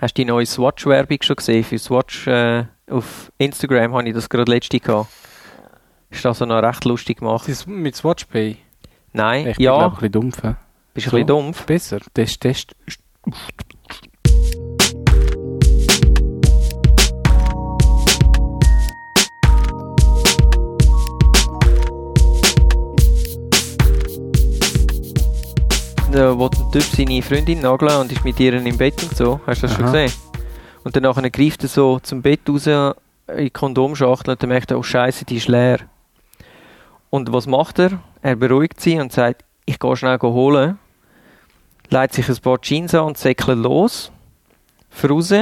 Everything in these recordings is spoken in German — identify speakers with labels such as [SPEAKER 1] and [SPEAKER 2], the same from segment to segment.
[SPEAKER 1] Hast du die neue Swatch-Werbung schon gesehen? Für Swatch äh, auf Instagram habe ich das gerade letzte gehabt. Ist das also noch recht lustig gemacht?
[SPEAKER 2] Das ist mit Swatchpay.
[SPEAKER 1] Nein,
[SPEAKER 2] Ich bin
[SPEAKER 1] Äh, ja,
[SPEAKER 2] glaub, ein bisschen dumpf. hä?
[SPEAKER 1] bist ein bisschen dumpf.
[SPEAKER 2] Besser. Test, Test.
[SPEAKER 1] Da wollte ein äh, Typ seine Freundin nageln und ist mit ihr im Bett und so. Hast du das schon
[SPEAKER 2] Aha.
[SPEAKER 1] gesehen? Und dann nachher greift er so zum Bett raus in die Kondomschachtel und dann merkt er, oh Scheiße, die ist leer. Und was macht er? Er beruhigt sie und sagt, ich gehe schnell holen. Leitet sich ein paar Jeans an und säckelt los. Voraus,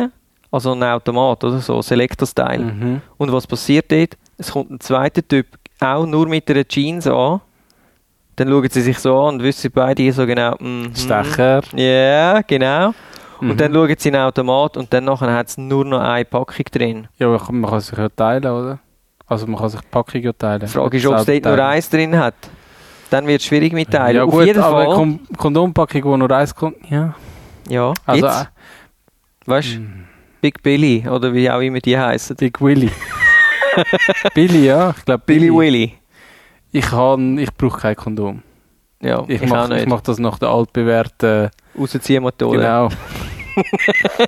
[SPEAKER 1] also ein Automat oder so, Selector-Style.
[SPEAKER 2] Mhm.
[SPEAKER 1] Und was passiert dort? Es kommt ein zweiter Typ, auch nur mit einer Jeans an. Dann schauen sie sich so an und wissen beide so genau. mhm.
[SPEAKER 2] Stecher.
[SPEAKER 1] Ja, genau.
[SPEAKER 2] Mhm.
[SPEAKER 1] Und dann schauen sie in den Automat und dann nachher hat es nur noch eine Packung drin.
[SPEAKER 2] Ja, aber man kann sich ja teilen, oder? Also man kann sich die Packung ja teilen.
[SPEAKER 1] Die Frage ist, ob es
[SPEAKER 2] Selber
[SPEAKER 1] dort nur
[SPEAKER 2] teilen.
[SPEAKER 1] eins drin hat. Dann wird es schwierig mit Teilen.
[SPEAKER 2] Ja
[SPEAKER 1] Auf
[SPEAKER 2] gut,
[SPEAKER 1] jeden
[SPEAKER 2] aber
[SPEAKER 1] Fall.
[SPEAKER 2] eine Kon Kondompackung, wo nur eins kommt. Ja.
[SPEAKER 1] ja,
[SPEAKER 2] Also
[SPEAKER 1] gibt's.
[SPEAKER 2] äh, mhm.
[SPEAKER 1] Weißt Big Billy oder wie auch immer die heißen.
[SPEAKER 2] Dick Willy. Billy, ja. Ich glaube Billy.
[SPEAKER 1] Billy Willy.
[SPEAKER 2] Ich, han- ich brauche kein Kondom.
[SPEAKER 1] Ja, ich,
[SPEAKER 2] Ich, mach-
[SPEAKER 1] auch nicht.
[SPEAKER 2] ich mache das nach der altbewährten
[SPEAKER 1] Rausziehen Methode.
[SPEAKER 2] Genau.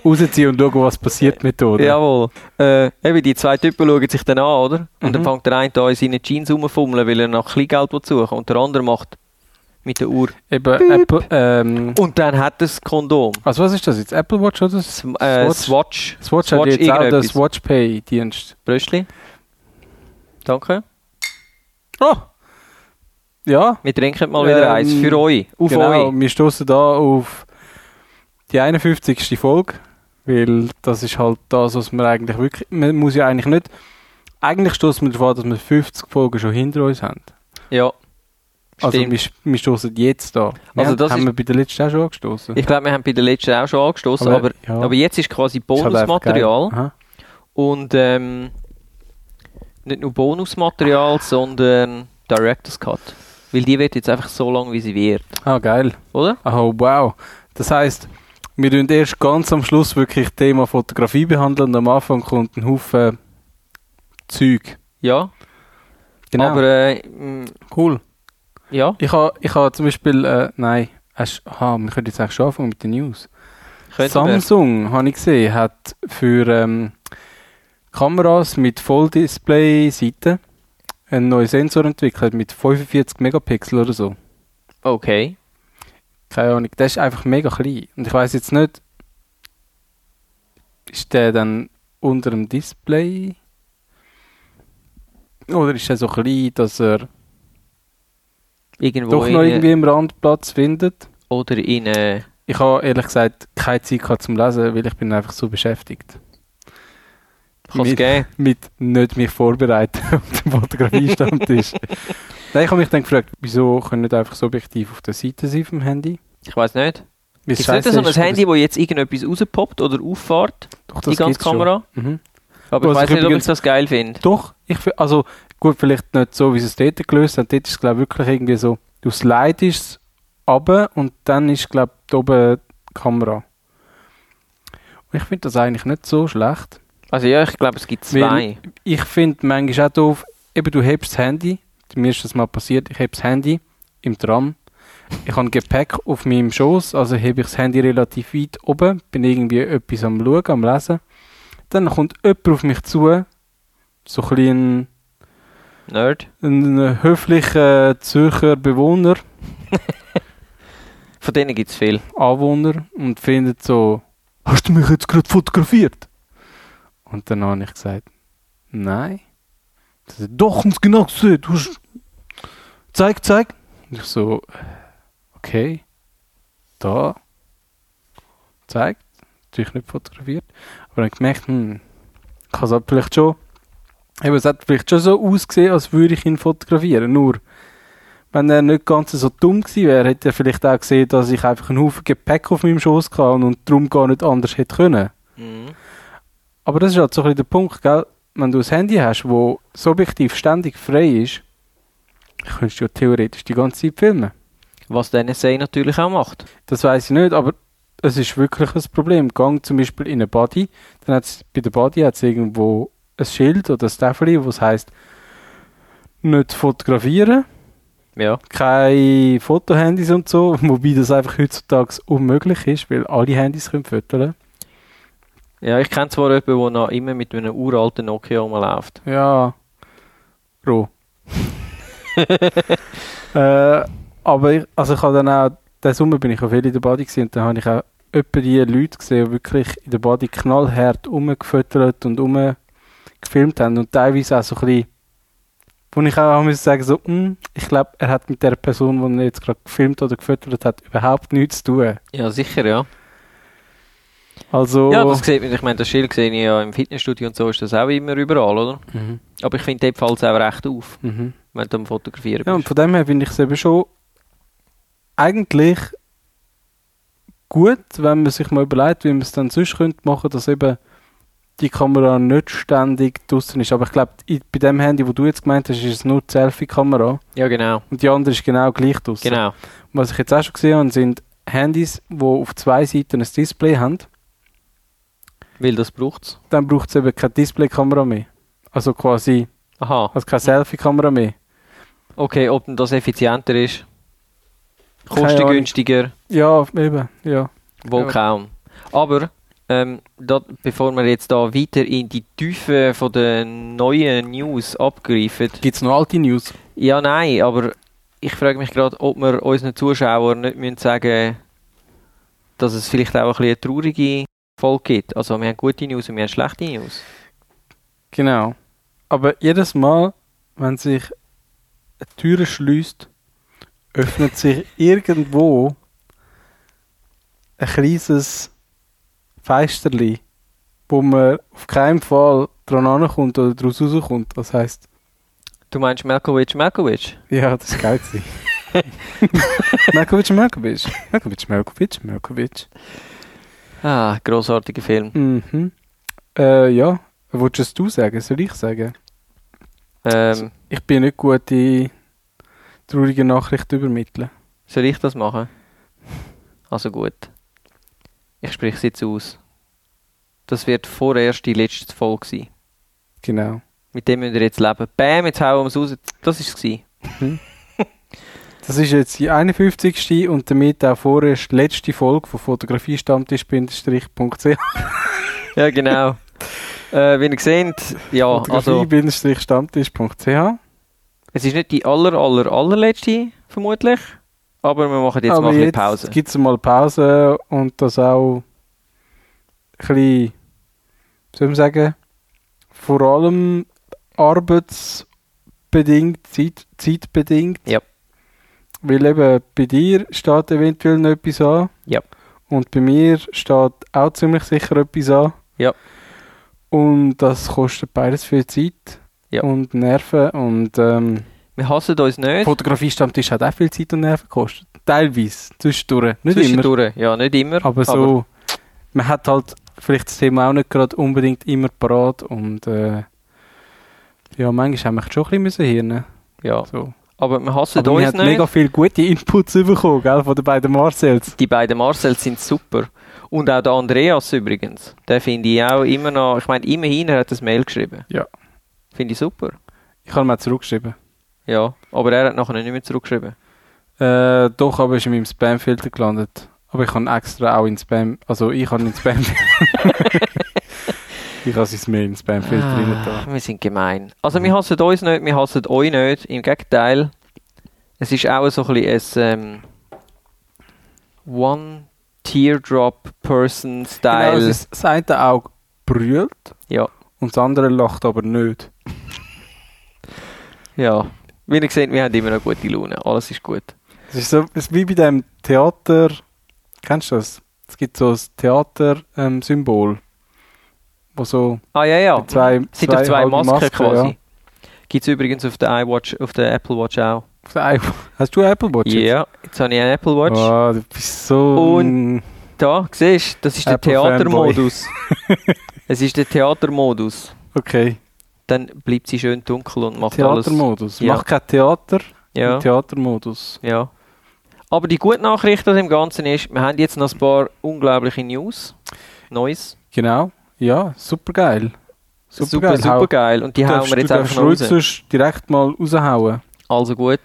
[SPEAKER 2] Rausziehen und schauen, was passiert mit oder?
[SPEAKER 1] Jawohl. Äh, eben, die zwei Typen schauen sich dann an, oder? Und dann
[SPEAKER 2] Mhm.
[SPEAKER 1] fängt der eine an, in seinen Jeans rumfummeln, weil er nach Kleingeld will suchen Und der andere macht mit der Uhr.
[SPEAKER 2] Eben Apple, ähm,
[SPEAKER 1] Und dann hat er das Kondom.
[SPEAKER 2] also was ist das jetzt? Apple Watch oder?
[SPEAKER 1] S äh,
[SPEAKER 2] Swatch.
[SPEAKER 1] Swatch.
[SPEAKER 2] Swatch hat
[SPEAKER 1] Swatch
[SPEAKER 2] jetzt auch den
[SPEAKER 1] irgendetwas.
[SPEAKER 2] Swatch Pay Dienst.
[SPEAKER 1] Bröschli. Danke.
[SPEAKER 2] Oh! Ja.
[SPEAKER 1] Wir trinken mal wieder
[SPEAKER 2] Ähm,
[SPEAKER 1] eins. Für euch. Auf
[SPEAKER 2] genau.
[SPEAKER 1] euch.
[SPEAKER 2] Wir stoßen da auf die 51. Folge, weil das ist halt das, was man eigentlich wirklich, man muss ja eigentlich nicht, eigentlich stoßen wir davon, dass wir 50 Folgen schon hinter uns haben.
[SPEAKER 1] Ja.
[SPEAKER 2] Also
[SPEAKER 1] Stimmt.
[SPEAKER 2] wir, wir stoßen jetzt da. Wir
[SPEAKER 1] Also
[SPEAKER 2] haben-
[SPEAKER 1] das
[SPEAKER 2] haben
[SPEAKER 1] ist-
[SPEAKER 2] wir bei der letzten auch schon angestoßen.
[SPEAKER 1] ich glaube, wir haben bei der letzten auch schon angestoßen, aber,
[SPEAKER 2] ja,
[SPEAKER 1] aber jetzt ist quasi
[SPEAKER 2] ist halt einfach geil.
[SPEAKER 1] Bonusmaterial.
[SPEAKER 2] Aha.
[SPEAKER 1] Und ähm, nicht nur Bonusmaterial, sondern Director's Cut. Weil die wird jetzt einfach so lang, wie sie wird,
[SPEAKER 2] Ah, geil.
[SPEAKER 1] oder?
[SPEAKER 2] Oh, wow. Das heisst, wir tun erst ganz am Schluss wirklich Thema Fotografie behandeln und am Anfang kommt ein Haufen Zeug.
[SPEAKER 1] Ja,
[SPEAKER 2] Genau.
[SPEAKER 1] aber äh, mm,
[SPEAKER 2] cool.
[SPEAKER 1] ja,
[SPEAKER 2] Ich habe ich ha zum Beispiel, äh, nein, hast, aha, wir können jetzt eigentlich schon anfangen mit den News.
[SPEAKER 1] könnten wir.
[SPEAKER 2] Samsung, habe ich gesehen, hat für ähm, Kameras mit Volldisplay-Seite einen neuen Sensor entwickelt mit 45 Megapixel oder so.
[SPEAKER 1] Okay.
[SPEAKER 2] Keine Ahnung, der ist einfach mega klein. Und ich weiß jetzt nicht, ist der dann unter dem Display? Oder ist er so klein, dass er
[SPEAKER 1] Irgendwo
[SPEAKER 2] doch
[SPEAKER 1] in,
[SPEAKER 2] noch irgendwie im Rand Platz findet?
[SPEAKER 1] Oder in äh,
[SPEAKER 2] Ich habe ehrlich gesagt keine Zeit gehabt zum Lesen, weil ich bin einfach so beschäftigt.
[SPEAKER 1] kann's
[SPEAKER 2] Mit-
[SPEAKER 1] geben.
[SPEAKER 2] Mit nicht mich vorbereiten auf dem Fotografiestammtisch. Nein, ich habe mich dann gefragt, wieso können nicht einfach so objektiv auf der Seite sein vom Handy?
[SPEAKER 1] Ich weiß nicht.
[SPEAKER 2] Weil es
[SPEAKER 1] Ist nicht
[SPEAKER 2] scheisse
[SPEAKER 1] so ein
[SPEAKER 2] ist,
[SPEAKER 1] Handy, wo jetzt irgendetwas rauspoppt oder auffährt,
[SPEAKER 2] doch,
[SPEAKER 1] die ganze
[SPEAKER 2] gibt's schon.
[SPEAKER 1] Kamera?
[SPEAKER 2] Mhm.
[SPEAKER 1] Aber
[SPEAKER 2] Was
[SPEAKER 1] ich weiß nicht,
[SPEAKER 2] ich
[SPEAKER 1] ob ich
[SPEAKER 2] übrigens-
[SPEAKER 1] das geil finde.
[SPEAKER 2] Doch, ich fi- also gut, vielleicht nicht so, wie sie es dort gelöst haben. Dort ist es, glaube ich, wirklich irgendwie so, du slidest runter und dann ist, glaube ich, oben die Kamera. Und ich finde das eigentlich nicht so schlecht.
[SPEAKER 1] Also ja, ich glaube, es gibt zwei.
[SPEAKER 2] Weil- Ich finde manchmal auch doof, eben du hebst das Handy, mir ist das mal passiert, ich heb das Handy im Tram, ich habe Gepäck auf meinem Schoß, also hebe ich das Handy relativ weit oben, bin irgendwie etwas am Schauen, am Lesen. Dann kommt jemand auf mich zu, so ein bisschen
[SPEAKER 1] Nerd.
[SPEAKER 2] ein äh, höflicher Zürcher Bewohner,
[SPEAKER 1] Von denen gibt es viel.
[SPEAKER 2] Anwohner und findet so, hast du mich jetzt gerade fotografiert? Und dann habe ich gesagt, nein. Das ist, Doch, uns genau gesehen. Du hast... Zeig, zeig. Und ich so, okay, da, zeigt, natürlich nicht fotografiert, aber dann gemerkt, hm, ich habe es vielleicht schon, eben, es hat vielleicht schon so ausgesehen, als würde ich ihn fotografieren, nur, wenn er nicht ganz so dumm gewesen wäre, hätte er vielleicht auch gesehen, dass ich einfach einen Haufen Gepäck auf meinem Schoß hatte und, und darum gar nicht anders hätte können.
[SPEAKER 1] Mhm.
[SPEAKER 2] Aber das ist halt so ein bisschen der Punkt, gell? Wenn du ein Handy hast, wo das Objektiv ständig frei ist, könntest du ja theoretisch die ganze Zeit filmen.
[SPEAKER 1] Was der NSA natürlich auch macht.
[SPEAKER 2] Das weiß ich nicht, aber es ist wirklich ein Problem. Gang zum Beispiel in eine Body, dann hat's, bei der Body hat es irgendwo ein Schild oder ein Staffeli, wo es heisst, nicht fotografieren,
[SPEAKER 1] Ja.
[SPEAKER 2] keine Fotohandys und so, wobei das einfach heutzutage unmöglich ist, weil alle Handys können füttern.
[SPEAKER 1] Ja, ich kenne zwar jemanden, der noch immer mit einem uralten Nokia rumläuft.
[SPEAKER 2] Ja. Roh. äh, aber ich, also ich habe dann auch, diesen Sommer bin ich auch viel in der Body gewesen, und dann habe ich auch etwa die Leute gesehen, die wirklich in der Body knallhart rumgefüttert und rumgefilmt haben und teilweise auch so ein bisschen, wo ich auch muss sagen so, «Hm, ich glaube, er hat mit der Person, die er jetzt gerade gefilmt oder gefüttert hat, überhaupt nichts zu tun.
[SPEAKER 1] Ja, sicher, ja.
[SPEAKER 2] Also,
[SPEAKER 1] Ja, aber das sieht man, ich meine, das Schild sehe ich ja im Fitnessstudio und so, ist das auch immer überall, oder?
[SPEAKER 2] mhm.
[SPEAKER 1] Aber ich finde, dort fällt es auch recht auf,
[SPEAKER 2] Mhm.
[SPEAKER 1] wenn du am Fotografieren
[SPEAKER 2] Ja, und
[SPEAKER 1] bist.
[SPEAKER 2] von dem her finde ich es eben schon eigentlich gut, wenn man sich mal überlegt, wie man es dann sonst könnte machen, dass eben die Kamera nicht ständig draußen ist. Aber ich glaube, i- bei dem Handy, wo du jetzt gemeint hast, ist es nur die Selfie-Kamera
[SPEAKER 1] Ja, genau.
[SPEAKER 2] und die andere ist genau gleich draußen.
[SPEAKER 1] Genau.
[SPEAKER 2] Was ich jetzt auch schon gesehen habe, sind Handys, die auf zwei Seiten ein Display haben.
[SPEAKER 1] Weil das braucht es.
[SPEAKER 2] Dann braucht es eben keine Displaykamera mehr. Also quasi,
[SPEAKER 1] Aha.
[SPEAKER 2] also keine Selfie-Kamera mehr.
[SPEAKER 1] Okay, ob denn das effizienter ist,
[SPEAKER 2] Keine Ahnung.
[SPEAKER 1] kostengünstiger,
[SPEAKER 2] Ja, eben, ja.
[SPEAKER 1] wohl
[SPEAKER 2] Ja.
[SPEAKER 1] kaum. Aber, ähm, dat, bevor wir jetzt da weiter in die Tiefe von der neuen News abgreifen,
[SPEAKER 2] Gibt es noch alte News?
[SPEAKER 1] Ja, nein, aber ich frage mich gerade, ob wir unseren Zuschauern nicht müssen sagen dass es vielleicht auch ein bisschen eine traurige Folge gibt. Also wir haben gute News und wir haben schlechte News.
[SPEAKER 2] Genau. Aber jedes Mal, wenn sich eine Tür schließt, öffnet sich irgendwo ein kleines Feisterli, wo man auf keinen Fall dran ankommt oder daraus rauskommt. Das heisst,
[SPEAKER 1] Du meinst Melkovic, Melkovic?
[SPEAKER 2] ja, das ist geil. gewesen. Melkovic, Melkovic. Melkovic, Melkovic, Melkovic.
[SPEAKER 1] Ah, grossartiger Film.
[SPEAKER 2] Mhm. Äh, ja, wolltest du es sagen? Soll ich sagen?
[SPEAKER 1] Ähm,
[SPEAKER 2] Ich bin nicht gut in traurige Nachrichten übermitteln.
[SPEAKER 1] soll ich das machen? Also gut. Ich spreche es jetzt aus. Das wird vorerst die letzte Folge sein.
[SPEAKER 2] Genau.
[SPEAKER 1] Mit dem müsst ihr jetzt leben. Bam, jetzt hauen wir es raus. Das war es. gewesen.
[SPEAKER 2] Das ist jetzt die 51. und damit auch vorerst die letzte Folge von fotografiestammtisch-stammtisch.ch.
[SPEAKER 1] Ja, genau. äh, wie ihr seht, ja, also...
[SPEAKER 2] Fotografie-stammtisch.ch.
[SPEAKER 1] Es ist nicht die aller, aller, allerletzte, vermutlich. Aber wir machen jetzt mal
[SPEAKER 2] Aber
[SPEAKER 1] eine
[SPEAKER 2] jetzt
[SPEAKER 1] Pause.
[SPEAKER 2] gibt es mal Pause und das auch ein bisschen, wie soll man sagen, vor allem arbeitsbedingt, zeit, zeitbedingt.
[SPEAKER 1] Ja.
[SPEAKER 2] Weil eben bei dir steht eventuell noch etwas an.
[SPEAKER 1] Ja.
[SPEAKER 2] Und bei mir steht auch ziemlich sicher etwas an.
[SPEAKER 1] Ja.
[SPEAKER 2] Und das kostet beides viel Zeit
[SPEAKER 1] Ja.
[SPEAKER 2] und Nerven. Und ähm,
[SPEAKER 1] Wir hassen uns nicht.
[SPEAKER 2] Fotografie-Stammtisch hat auch viel Zeit und Nerven gekostet. Teilweise, zwischendurch. Nicht immer.
[SPEAKER 1] Zwischendurch. Ja, nicht immer.
[SPEAKER 2] Aber so, man hat halt vielleicht das Thema auch nicht gerade unbedingt immer parat und äh, ja, manchmal haben wir schon ein bisschen hirnen.
[SPEAKER 1] ja.
[SPEAKER 2] So.
[SPEAKER 1] aber wir hassen
[SPEAKER 2] Aber wir
[SPEAKER 1] uns
[SPEAKER 2] haben
[SPEAKER 1] nicht.
[SPEAKER 2] mega viele gute Inputs bekommen, gell, von den beiden Marcells.
[SPEAKER 1] Die beiden Marcel sind super. Und auch der Andreas übrigens. Den finde ich auch immer noch... Ich meine, immerhin er hat er ein Mail geschrieben.
[SPEAKER 2] Ja.
[SPEAKER 1] Finde ich super.
[SPEAKER 2] Ich habe ihm auch zurückgeschrieben.
[SPEAKER 1] Ja, aber er hat nachher nicht mehr zurückgeschrieben.
[SPEAKER 2] Äh, doch, aber ist in meinem Spamfilter gelandet. Aber ich habe extra auch in Spam, also ich habe in Spam. ich habe es mir in den Spamfilter ah.
[SPEAKER 1] Ah, wir sind gemein. Also wir hassen uns nicht, wir hassen euch nicht. Im Gegenteil, es ist auch so ein bisschen ein ähm, One Teardrop Person
[SPEAKER 2] Genau,
[SPEAKER 1] Style.
[SPEAKER 2] es ist, das eine Auge brüllt
[SPEAKER 1] Ja.
[SPEAKER 2] und das andere lacht aber nicht.
[SPEAKER 1] ja, wie ihr seht, wir haben immer noch gute Laune. Alles ist gut.
[SPEAKER 2] Es ist so es ist wie bei dem Theater. Kennst du das? Es gibt so ein Theater-Symbol, wo so
[SPEAKER 1] Ah ja, ja.
[SPEAKER 2] die zwei,
[SPEAKER 1] sind doch zwei
[SPEAKER 2] halbe
[SPEAKER 1] Masken quasi.
[SPEAKER 2] Ja.
[SPEAKER 1] Gibt es übrigens auf der iWatch, auf der Apple Watch auch.
[SPEAKER 2] Auf der iPhone. Hast du eine Apple Watch?
[SPEAKER 1] Ja, jetzt habe ich eine Apple
[SPEAKER 2] Jetzt?
[SPEAKER 1] Watch.
[SPEAKER 2] Oh, du bist so.
[SPEAKER 1] Und- Da, siehst du, das ist der
[SPEAKER 2] Apple Fanboy.
[SPEAKER 1] Theatermodus. es ist der Theatermodus.
[SPEAKER 2] Okay.
[SPEAKER 1] dann bleibt sie schön dunkel und macht alles.
[SPEAKER 2] Theatermodus.
[SPEAKER 1] Ja.
[SPEAKER 2] Mach kein Theater.
[SPEAKER 1] Ja,
[SPEAKER 2] im Theatermodus.
[SPEAKER 1] ja. Aber die gute Nachricht an dem Ganzen ist, wir haben jetzt noch ein paar unglaubliche News. Neues.
[SPEAKER 2] Genau. Ja, super geil.
[SPEAKER 1] Super, super geil. Und die hauen wir jetzt einfach noch
[SPEAKER 2] raus.
[SPEAKER 1] raus.
[SPEAKER 2] Sonst direkt mal raushauen.
[SPEAKER 1] Also gut.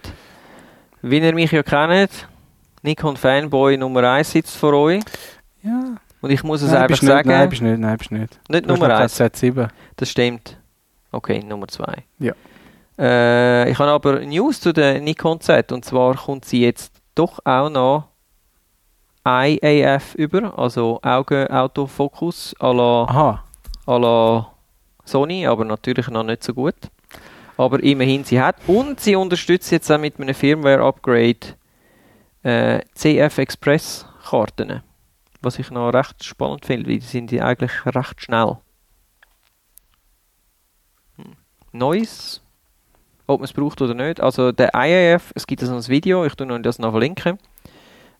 [SPEAKER 1] Wie ihr mich ja kennt, Nikon Fanboy Nummer 1 sitzt vor euch.
[SPEAKER 2] Ja.
[SPEAKER 1] Und ich muss es
[SPEAKER 2] nein,
[SPEAKER 1] einfach
[SPEAKER 2] bist nicht,
[SPEAKER 1] sagen,
[SPEAKER 2] Nein,
[SPEAKER 1] nicht,
[SPEAKER 2] bist nicht, nein, bist nicht. Du hast
[SPEAKER 1] Nummer
[SPEAKER 2] noch
[SPEAKER 1] 1.
[SPEAKER 2] Z7.
[SPEAKER 1] Das stimmt. Okay, Nummer 2.
[SPEAKER 2] Ja.
[SPEAKER 1] Äh, ich habe aber News zu der Nikon Z. Und zwar kommt sie jetzt doch auch noch IAF über, also Augen-Autofokus à la,
[SPEAKER 2] Aha.
[SPEAKER 1] à la Sony, aber natürlich noch nicht so gut. Aber immerhin, sie hat. Und sie unterstützt jetzt auch mit einem Firmware-Upgrade äh, CF Express-Karten. Was ich noch recht spannend finde, weil die sind ja eigentlich recht schnell. Hm. Neues, ob man es braucht oder nicht. Also der IAF, es gibt also ein Video, ich tue noch das noch verlinken.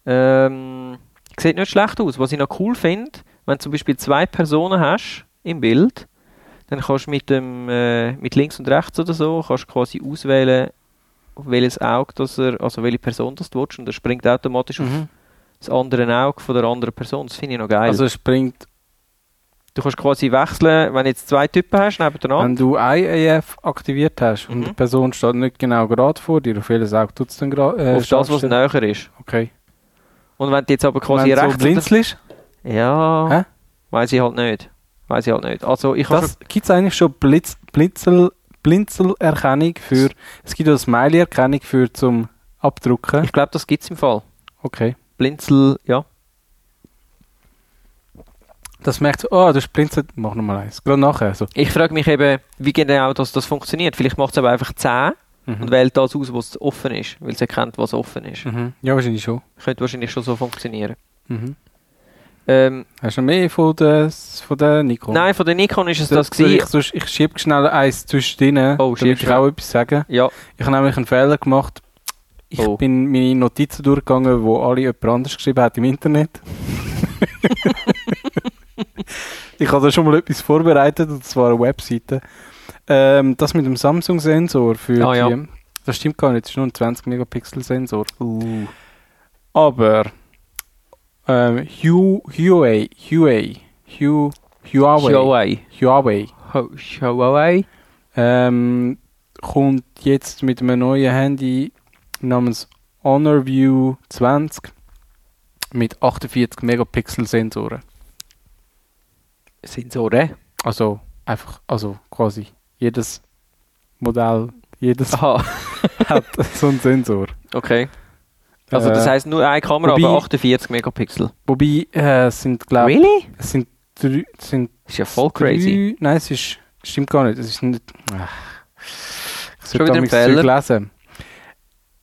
[SPEAKER 1] Ähm, sieht nicht schlecht aus. Was ich noch cool finde, wenn du zum Beispiel zwei Personen hast im Bild, dann kannst du mit, dem, äh, mit links und rechts oder so, kannst du quasi auswählen, auf welches Auge, das er, also welche Person das du willst, und er springt automatisch auf
[SPEAKER 2] Mhm.
[SPEAKER 1] das andere Auge von der anderen Person. Das finde ich noch geil.
[SPEAKER 2] Also es springt,
[SPEAKER 1] du kannst quasi wechseln, wenn du jetzt zwei Typen hast nebeneinander.
[SPEAKER 2] wenn du IAF aktiviert hast und
[SPEAKER 1] Mhm.
[SPEAKER 2] die Person steht nicht genau gerade vor dir, auf welches Auge tut es dann gerade?
[SPEAKER 1] auf das, was näher ist.
[SPEAKER 2] äh, Okay.
[SPEAKER 1] Und wenn du jetzt aber
[SPEAKER 2] Wenn
[SPEAKER 1] quasi
[SPEAKER 2] du so
[SPEAKER 1] rechts... oder-
[SPEAKER 2] blinzelst, Hä?
[SPEAKER 1] ja, weiß ich halt nicht. Weiß ich halt nicht. Also ich habe...
[SPEAKER 2] das gibt es eigentlich schon Blitz, Blinzel, Blinzelerkennung für, es gibt auch Smiley-Erkennung für zum Abdrucken.
[SPEAKER 1] Ich glaube, das gibt es im Fall.
[SPEAKER 2] Okay.
[SPEAKER 1] Blinzel, ja.
[SPEAKER 2] Das merkt oh, das blinzelt, mach nochmal eins. Gerade nachher. also. So.
[SPEAKER 1] Ich frage mich eben, wie genau das, das funktioniert. Vielleicht macht es aber einfach 10 und
[SPEAKER 2] Mhm.
[SPEAKER 1] wählt das aus, was offen ist, weil es erkennt, was offen ist.
[SPEAKER 2] Mhm. Ja, wahrscheinlich schon.
[SPEAKER 1] Könnte wahrscheinlich schon so funktionieren.
[SPEAKER 2] Mhm.
[SPEAKER 1] Ähm,
[SPEAKER 2] Hast du noch mehr von der, von der Nikon?
[SPEAKER 1] nein, von der Nikon ist es das,
[SPEAKER 2] Soll ich,
[SPEAKER 1] gewesen.
[SPEAKER 2] sonst, ich schiebe schnell eins zwischen denen,
[SPEAKER 1] Oh,
[SPEAKER 2] damit
[SPEAKER 1] schiebst
[SPEAKER 2] ich
[SPEAKER 1] du.
[SPEAKER 2] auch etwas sagen.
[SPEAKER 1] Ja,
[SPEAKER 2] Ich habe nämlich einen Fehler gemacht. Ich
[SPEAKER 1] Oh.
[SPEAKER 2] bin meine Notizen durchgegangen, wo alle jemand anders geschrieben hat im Internet. ich habe da schon mal etwas vorbereitet, und zwar eine Webseite. Ähm, das mit dem Samsung-Sensor für
[SPEAKER 1] Ah, ja.
[SPEAKER 2] die... Das stimmt gar nicht, das ist nur ein 20-Megapixel-Sensor.
[SPEAKER 1] Uh.
[SPEAKER 2] Aber ähm, Hu- Huawei, Huawei, Hu- Huawei,
[SPEAKER 1] Huawei.
[SPEAKER 2] Huawei
[SPEAKER 1] Ho- Huawei.
[SPEAKER 2] ähm, kommt jetzt mit einem neuen Handy namens Honor View 20 mit 48 Megapixel Sensoren.
[SPEAKER 1] Sensoren.
[SPEAKER 2] Also einfach, also quasi jedes Modell, jedes
[SPEAKER 1] Aha,
[SPEAKER 2] hat so einen Sensor.
[SPEAKER 1] okay. Also
[SPEAKER 2] Äh,
[SPEAKER 1] das heisst nur eine Kamera,
[SPEAKER 2] wobei-
[SPEAKER 1] aber 48 Megapixel.
[SPEAKER 2] wobei äh, es sind glaube
[SPEAKER 1] Really?
[SPEAKER 2] es sind drei, es sind
[SPEAKER 1] Ist ja voll crazy.
[SPEAKER 2] Drei, nein, es ist, stimmt gar nicht. Es ist nicht. Ach. Ich sollte
[SPEAKER 1] wieder ein
[SPEAKER 2] damals Zeug
[SPEAKER 1] Fehler.
[SPEAKER 2] lesen.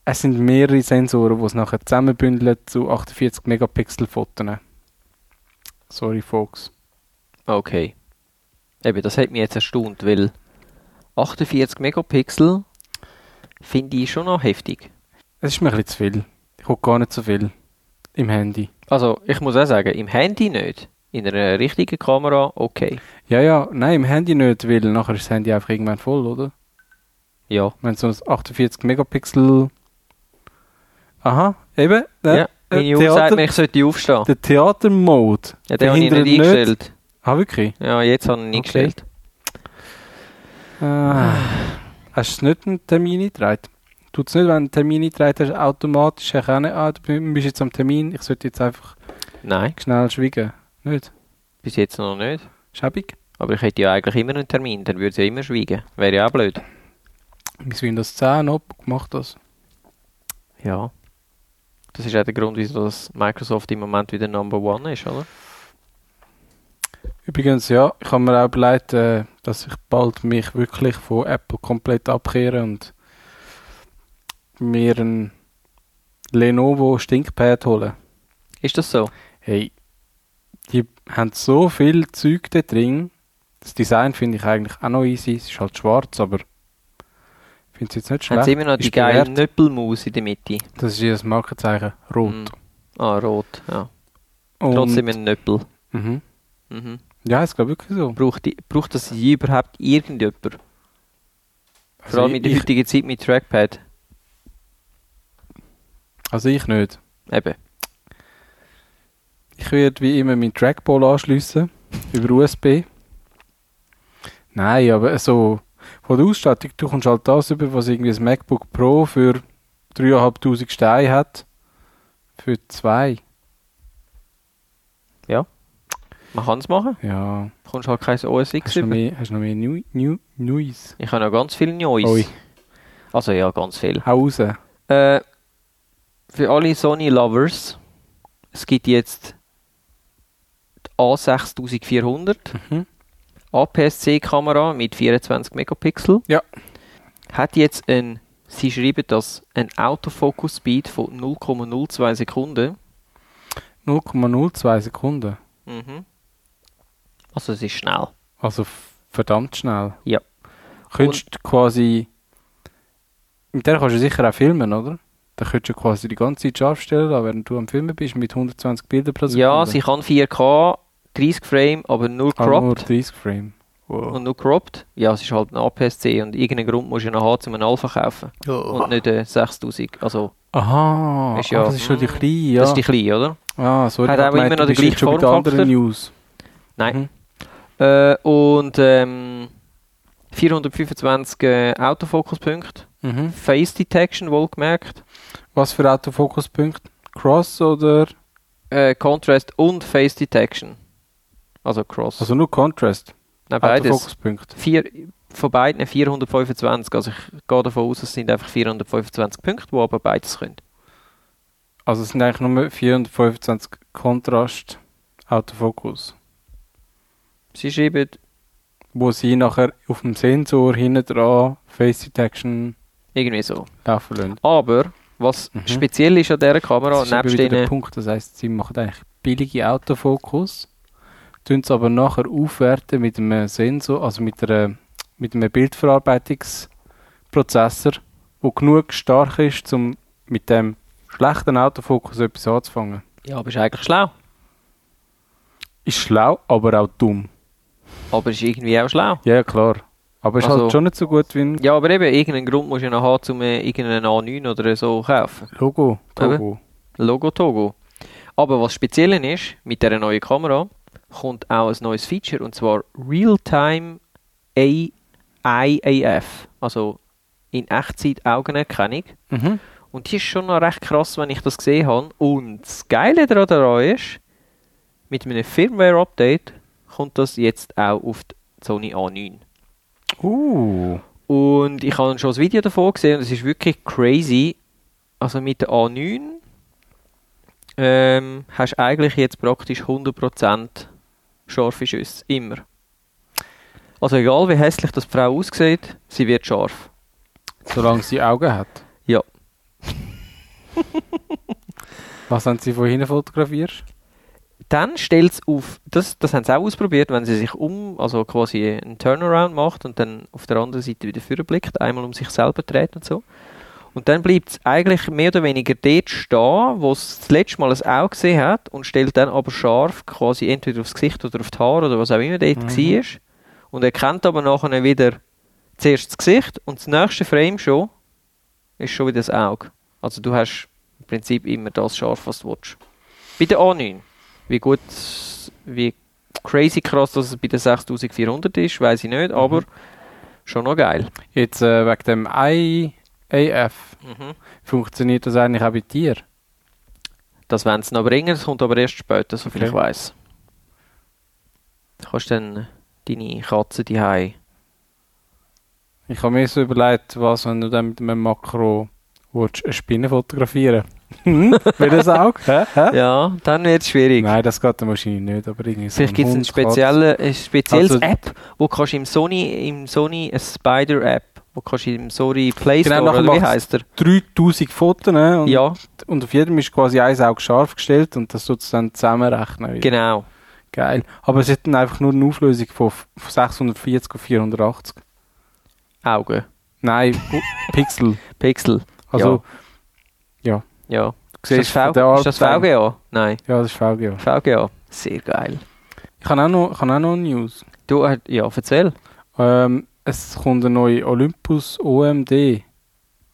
[SPEAKER 2] Es sind mehrere Sensoren, die es nachher zusammenbündeln zu 48 Megapixel Fotos. Sorry, Folks.
[SPEAKER 1] Okay. Eben, das hat mich jetzt erstaunt, weil 48 Megapixel finde ich schon noch heftig.
[SPEAKER 2] Es ist mir ein bisschen zu viel. Ich will gar nicht so viel im Handy.
[SPEAKER 1] Also, ich muss auch sagen, im Handy nicht. In einer richtigen Kamera, okay.
[SPEAKER 2] Ja, ja, nein, im Handy nicht, weil nachher ist das Handy einfach irgendwann voll, oder?
[SPEAKER 1] Ja.
[SPEAKER 2] Wenn so ein 48 Megapixel. Aha, eben.
[SPEAKER 1] ja,
[SPEAKER 2] Der,
[SPEAKER 1] meine
[SPEAKER 2] äh,
[SPEAKER 1] Jungs sagt
[SPEAKER 2] Theater-
[SPEAKER 1] mir, ich sollte aufstehen.
[SPEAKER 2] der Theater-Mode.
[SPEAKER 1] Ja, den habe ich
[SPEAKER 2] behindert
[SPEAKER 1] nicht
[SPEAKER 2] nicht.
[SPEAKER 1] eingestellt.
[SPEAKER 2] Ah, wirklich?
[SPEAKER 1] Ja, jetzt habe ich ihn
[SPEAKER 2] Okay.
[SPEAKER 1] eingestellt.
[SPEAKER 2] Ah. Hast du nicht einen Termin eingetragen? Tut es nicht, wenn du einen Termin eingetragen hast, automatisch erkennen, ah, du bist jetzt am Termin, ich sollte jetzt einfach
[SPEAKER 1] Nein,
[SPEAKER 2] schnell schweigen. Nicht?
[SPEAKER 1] bis jetzt noch nicht.
[SPEAKER 2] Schäbig?
[SPEAKER 1] Aber ich hätte ja eigentlich immer einen Termin, dann würde sie ja immer schweigen. Wäre ja auch blöd.
[SPEAKER 2] Mein Windows 10 Notebook macht das.
[SPEAKER 1] Ja. Das ist auch der Grund, wieso das Microsoft im Moment wieder Number One ist, oder?
[SPEAKER 2] Übrigens, ja, ich habe mir auch überlegt, äh, dass ich bald mich wirklich von Apple komplett abkehre und mir ein Lenovo Stinkpad hole.
[SPEAKER 1] Ist das so?
[SPEAKER 2] Hey, die haben so viel Zeug da drin. Das Design finde ich eigentlich auch noch easy. Es ist halt schwarz, aber ich finde es jetzt nicht
[SPEAKER 1] Haben sie
[SPEAKER 2] schlecht.
[SPEAKER 1] immer noch die
[SPEAKER 2] Ist
[SPEAKER 1] geile
[SPEAKER 2] bewährt.
[SPEAKER 1] Nöppelmaus in der Mitte?
[SPEAKER 2] Das ist ihr Markenzeichen, rot.
[SPEAKER 1] Mm. Ah, rot. Ja.
[SPEAKER 2] Und-
[SPEAKER 1] Trotzdem ein Nöppel.
[SPEAKER 2] Mhm.
[SPEAKER 1] Mhm.
[SPEAKER 2] Ja, ist glaube wirklich so.
[SPEAKER 1] Braucht, die, braucht das je überhaupt irgendjemand?
[SPEAKER 2] Also
[SPEAKER 1] Vor allem in der
[SPEAKER 2] ich,
[SPEAKER 1] heutigen Zeit mit Trackpad.
[SPEAKER 2] also ich nicht.
[SPEAKER 1] Eben.
[SPEAKER 2] Ich werde wie immer meinen Trackball anschliessen. über USB. Nein, aber so von der Ausstattung, du kommst halt das über, was irgendwie das MacBook Pro für 3.500 Steine hat. Für zwei.
[SPEAKER 1] Man kann es machen.
[SPEAKER 2] Ja.
[SPEAKER 1] Du kommst halt kein OS X
[SPEAKER 2] Hast du noch
[SPEAKER 1] über.
[SPEAKER 2] mehr, hast du noch mehr New, New, News?
[SPEAKER 1] Ich habe noch ganz viel Neues.
[SPEAKER 2] Oi.
[SPEAKER 1] Also ja, ganz viel.
[SPEAKER 2] Hau raus. Hast
[SPEAKER 1] Äh, für alle Sony-Lovers, es gibt jetzt die A6400
[SPEAKER 2] Mhm.
[SPEAKER 1] APS-C-Kamera mit 24 Megapixel.
[SPEAKER 2] Ja.
[SPEAKER 1] Hat jetzt ein, sie schreiben das, ein Autofocus-Speed von 0,02 Sekunden.
[SPEAKER 2] 0,02 Sekunden.
[SPEAKER 1] Mhm. Also es ist schnell.
[SPEAKER 2] Also f- verdammt schnell.
[SPEAKER 1] Ja.
[SPEAKER 2] Könntest du quasi. Mit der kannst du sicher auch filmen, oder? Da könntest du quasi die ganze Zeit scharf stellen, lassen, während du am Filmen bist, mit 120 Bildern pro Sekunde.
[SPEAKER 1] Ja, sie kann 4K, 30 Frame, aber nur
[SPEAKER 2] aber nur
[SPEAKER 1] cropped.
[SPEAKER 2] 30 Frame. Wow.
[SPEAKER 1] Und nur cropped? Ja, es ist halt ein APS-C und irgendeinen Grund musst du ihn noch haben, um einen Alpha zu kaufen. Und nicht äh, 6000. Also,
[SPEAKER 2] Aha,
[SPEAKER 1] Ist
[SPEAKER 2] ah,
[SPEAKER 1] ja-
[SPEAKER 2] das ist schon die
[SPEAKER 1] Mm,
[SPEAKER 2] kleine, ja.
[SPEAKER 1] das ist die kleine, oder?
[SPEAKER 2] ah, sorry,
[SPEAKER 1] Hat
[SPEAKER 2] ich
[SPEAKER 1] auch
[SPEAKER 2] hab gemeint,
[SPEAKER 1] immer
[SPEAKER 2] du
[SPEAKER 1] noch den
[SPEAKER 2] bist jetzt
[SPEAKER 1] gleichen
[SPEAKER 2] schon bei den anderen
[SPEAKER 1] Formfaktor.
[SPEAKER 2] News.
[SPEAKER 1] Nein. Äh, und ähm, 425 äh, Autofokuspunkte.
[SPEAKER 2] Mhm.
[SPEAKER 1] Face Detection wohlgemerkt.
[SPEAKER 2] Was für Autofokuspunkt? Cross oder?
[SPEAKER 1] Äh, Contrast und Face Detection. Also Cross.
[SPEAKER 2] Also nur Contrast.
[SPEAKER 1] Nein, beides.
[SPEAKER 2] Autofokuspunkt.
[SPEAKER 1] Vier, von beiden 425. Also ich gehe davon aus, es sind einfach 425 Punkte, die aber beides können.
[SPEAKER 2] Also es sind eigentlich nur 425 Kontrast Autofokus.
[SPEAKER 1] Sie schreiben,
[SPEAKER 2] wo sie nachher auf dem Sensor hinten dran Face Detection
[SPEAKER 1] irgendwie so.
[SPEAKER 2] laufen lassen.
[SPEAKER 1] Aber was
[SPEAKER 2] Mhm.
[SPEAKER 1] speziell ist an dieser Kamera,
[SPEAKER 2] Das ist eben
[SPEAKER 1] nebst
[SPEAKER 2] wieder der
[SPEAKER 1] denen,
[SPEAKER 2] Punkt. Das heisst, sie machen eigentlich billige Autofokus, tun es aber nachher aufwerten mit einem Sensor, also mit, einer, mit einem Bildverarbeitungsprozessor, wo genug stark ist, um mit dem schlechten Autofokus etwas anzufangen.
[SPEAKER 1] ja, aber ist eigentlich schlau.
[SPEAKER 2] Ist schlau, aber auch dumm.
[SPEAKER 1] Aber ist irgendwie auch schlau.
[SPEAKER 2] Ja, klar. Aber ist
[SPEAKER 1] Also-
[SPEAKER 2] halt schon nicht so gut wie ein
[SPEAKER 1] Ja, aber eben, irgendeinen Grund musst du ja noch haben, um äh, irgendeinen A9 oder so kaufen.
[SPEAKER 2] Logo. Togo.
[SPEAKER 1] Logo Togo. Aber was speziell ist, mit dieser neuen Kamera kommt auch ein neues Feature, und zwar Real-Time AIAF. Also in Echtzeit Augenerkennung.
[SPEAKER 2] Mhm.
[SPEAKER 1] Und die ist schon noch recht krass, wenn ich das gesehen habe. Und das Geile daran- daran ist, mit einem Firmware-Update kommt das jetzt auch auf die Sony A9.
[SPEAKER 2] Uh.
[SPEAKER 1] Und ich habe schon das Video davon gesehen und es ist wirklich crazy. Also mit der A9 ähm, hast du eigentlich jetzt praktisch 100% scharfe Schüsse. Immer. Also egal wie hässlich das die Frau aussieht, sie wird scharf.
[SPEAKER 2] Solange sie Augen hat?
[SPEAKER 1] Ja.
[SPEAKER 2] Was haben sie von hinten fotografiert?
[SPEAKER 1] dann stellt es auf, das, das haben sie auch ausprobiert, wenn sie sich um, also quasi einen Turnaround macht und dann auf der anderen Seite wieder vorblickt, einmal um sich selber dreht und so. Und dann bleibt es eigentlich mehr oder weniger dort stehen, wo es das letzte Mal ein Auge gesehen hat und stellt dann aber scharf quasi entweder aufs Gesicht oder auf die Haare oder was auch immer dort
[SPEAKER 2] Mhm.
[SPEAKER 1] war. Und erkennt aber nachher wieder zuerst das Gesicht und das nächste Frame schon ist schon wieder das Auge. Also du hast im Prinzip immer das scharf, was du willst. Bei der A9 wie gut, wie crazy krass, dass es bei der 6400 ist, weiß ich
[SPEAKER 2] Mhm.
[SPEAKER 1] nicht, aber schon noch geil.
[SPEAKER 2] Jetzt äh, wegen dem IAF funktioniert das eigentlich auch bei dir.
[SPEAKER 1] Das wollen sie noch bringen, das kommt aber erst später, soviel ich
[SPEAKER 2] Okay.
[SPEAKER 1] weiß. Du kannst dann deine Katze die
[SPEAKER 2] Ich habe mir so überlegt, was, wenn du dann mit einem Makro willst, eine Spinne fotografieren Hm? Will das auch? Hä? Hä?
[SPEAKER 1] Ja, dann wird es schwierig.
[SPEAKER 2] Nein, das geht dann wahrscheinlich nicht, aber irgendwie so
[SPEAKER 1] Vielleicht gibt es eine
[SPEAKER 2] Hund, Katze.
[SPEAKER 1] spezielle, ein spezielles
[SPEAKER 2] Also-
[SPEAKER 1] App, wo kannst du im Sony, im Sony eine Spider-App, wo kannst du im Sony Play
[SPEAKER 2] Genau,
[SPEAKER 1] Store,
[SPEAKER 2] nachher
[SPEAKER 1] oder wie
[SPEAKER 2] macht's-
[SPEAKER 1] heißt der?
[SPEAKER 2] 3000 Fotos ne? und,
[SPEAKER 1] Ja,
[SPEAKER 2] und auf jedem ist quasi ein Auge scharf gestellt und das tut es dann zusammenrechnen. wieder.
[SPEAKER 1] genau.
[SPEAKER 2] Geil. Aber es hat dann einfach nur eine Auflösung von f- von 640 auf 480.
[SPEAKER 1] Augen,
[SPEAKER 2] Nein, u- Pixel.
[SPEAKER 1] Pixel.
[SPEAKER 2] Also,
[SPEAKER 1] Ja.
[SPEAKER 2] du siehst
[SPEAKER 1] ist das,
[SPEAKER 2] von der
[SPEAKER 1] v
[SPEAKER 2] Art
[SPEAKER 1] ist das
[SPEAKER 2] her-
[SPEAKER 1] VGA? Nein.
[SPEAKER 2] Ja, das ist VGA.
[SPEAKER 1] VGA. Sehr geil.
[SPEAKER 2] Ich habe auch, noch- ich habe auch noch News.
[SPEAKER 1] Du, äh, ja, erzähl.
[SPEAKER 2] Ähm, es kommt eine neue Olympus OMD.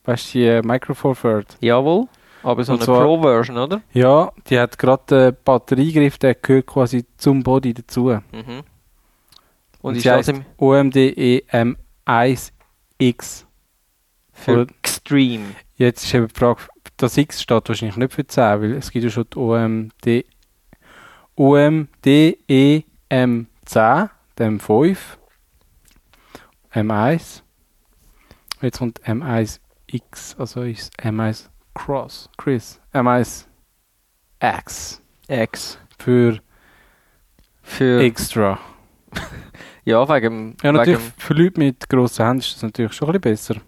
[SPEAKER 2] Weißt du, die äh, Micro Four Third?
[SPEAKER 1] Jawohl. Aber so
[SPEAKER 2] Und
[SPEAKER 1] eine
[SPEAKER 2] zwar-
[SPEAKER 1] Pro-Version, oder?
[SPEAKER 2] Ja, die hat gerade den Batteriegriff, der gehört quasi zum Body dazu.
[SPEAKER 1] Mhm.
[SPEAKER 2] Und
[SPEAKER 1] Und ist
[SPEAKER 2] sie
[SPEAKER 1] das
[SPEAKER 2] heisst
[SPEAKER 1] im
[SPEAKER 2] OMD EM1X.
[SPEAKER 1] für Extreme?
[SPEAKER 2] Jetzt ist eben die Frage, das X steht wahrscheinlich nicht für 10, weil es gibt ja schon die OMD, OMD EM10, dem 5, M1. Jetzt kommt M1X, also ist M1 Cross, Chris, M1X
[SPEAKER 1] X.
[SPEAKER 2] für
[SPEAKER 1] Für
[SPEAKER 2] Extra.
[SPEAKER 1] ja wegen
[SPEAKER 2] Ja, natürlich,
[SPEAKER 1] wegen,
[SPEAKER 2] für Leute mit grossen Händen ist das natürlich schon ein bisschen besser.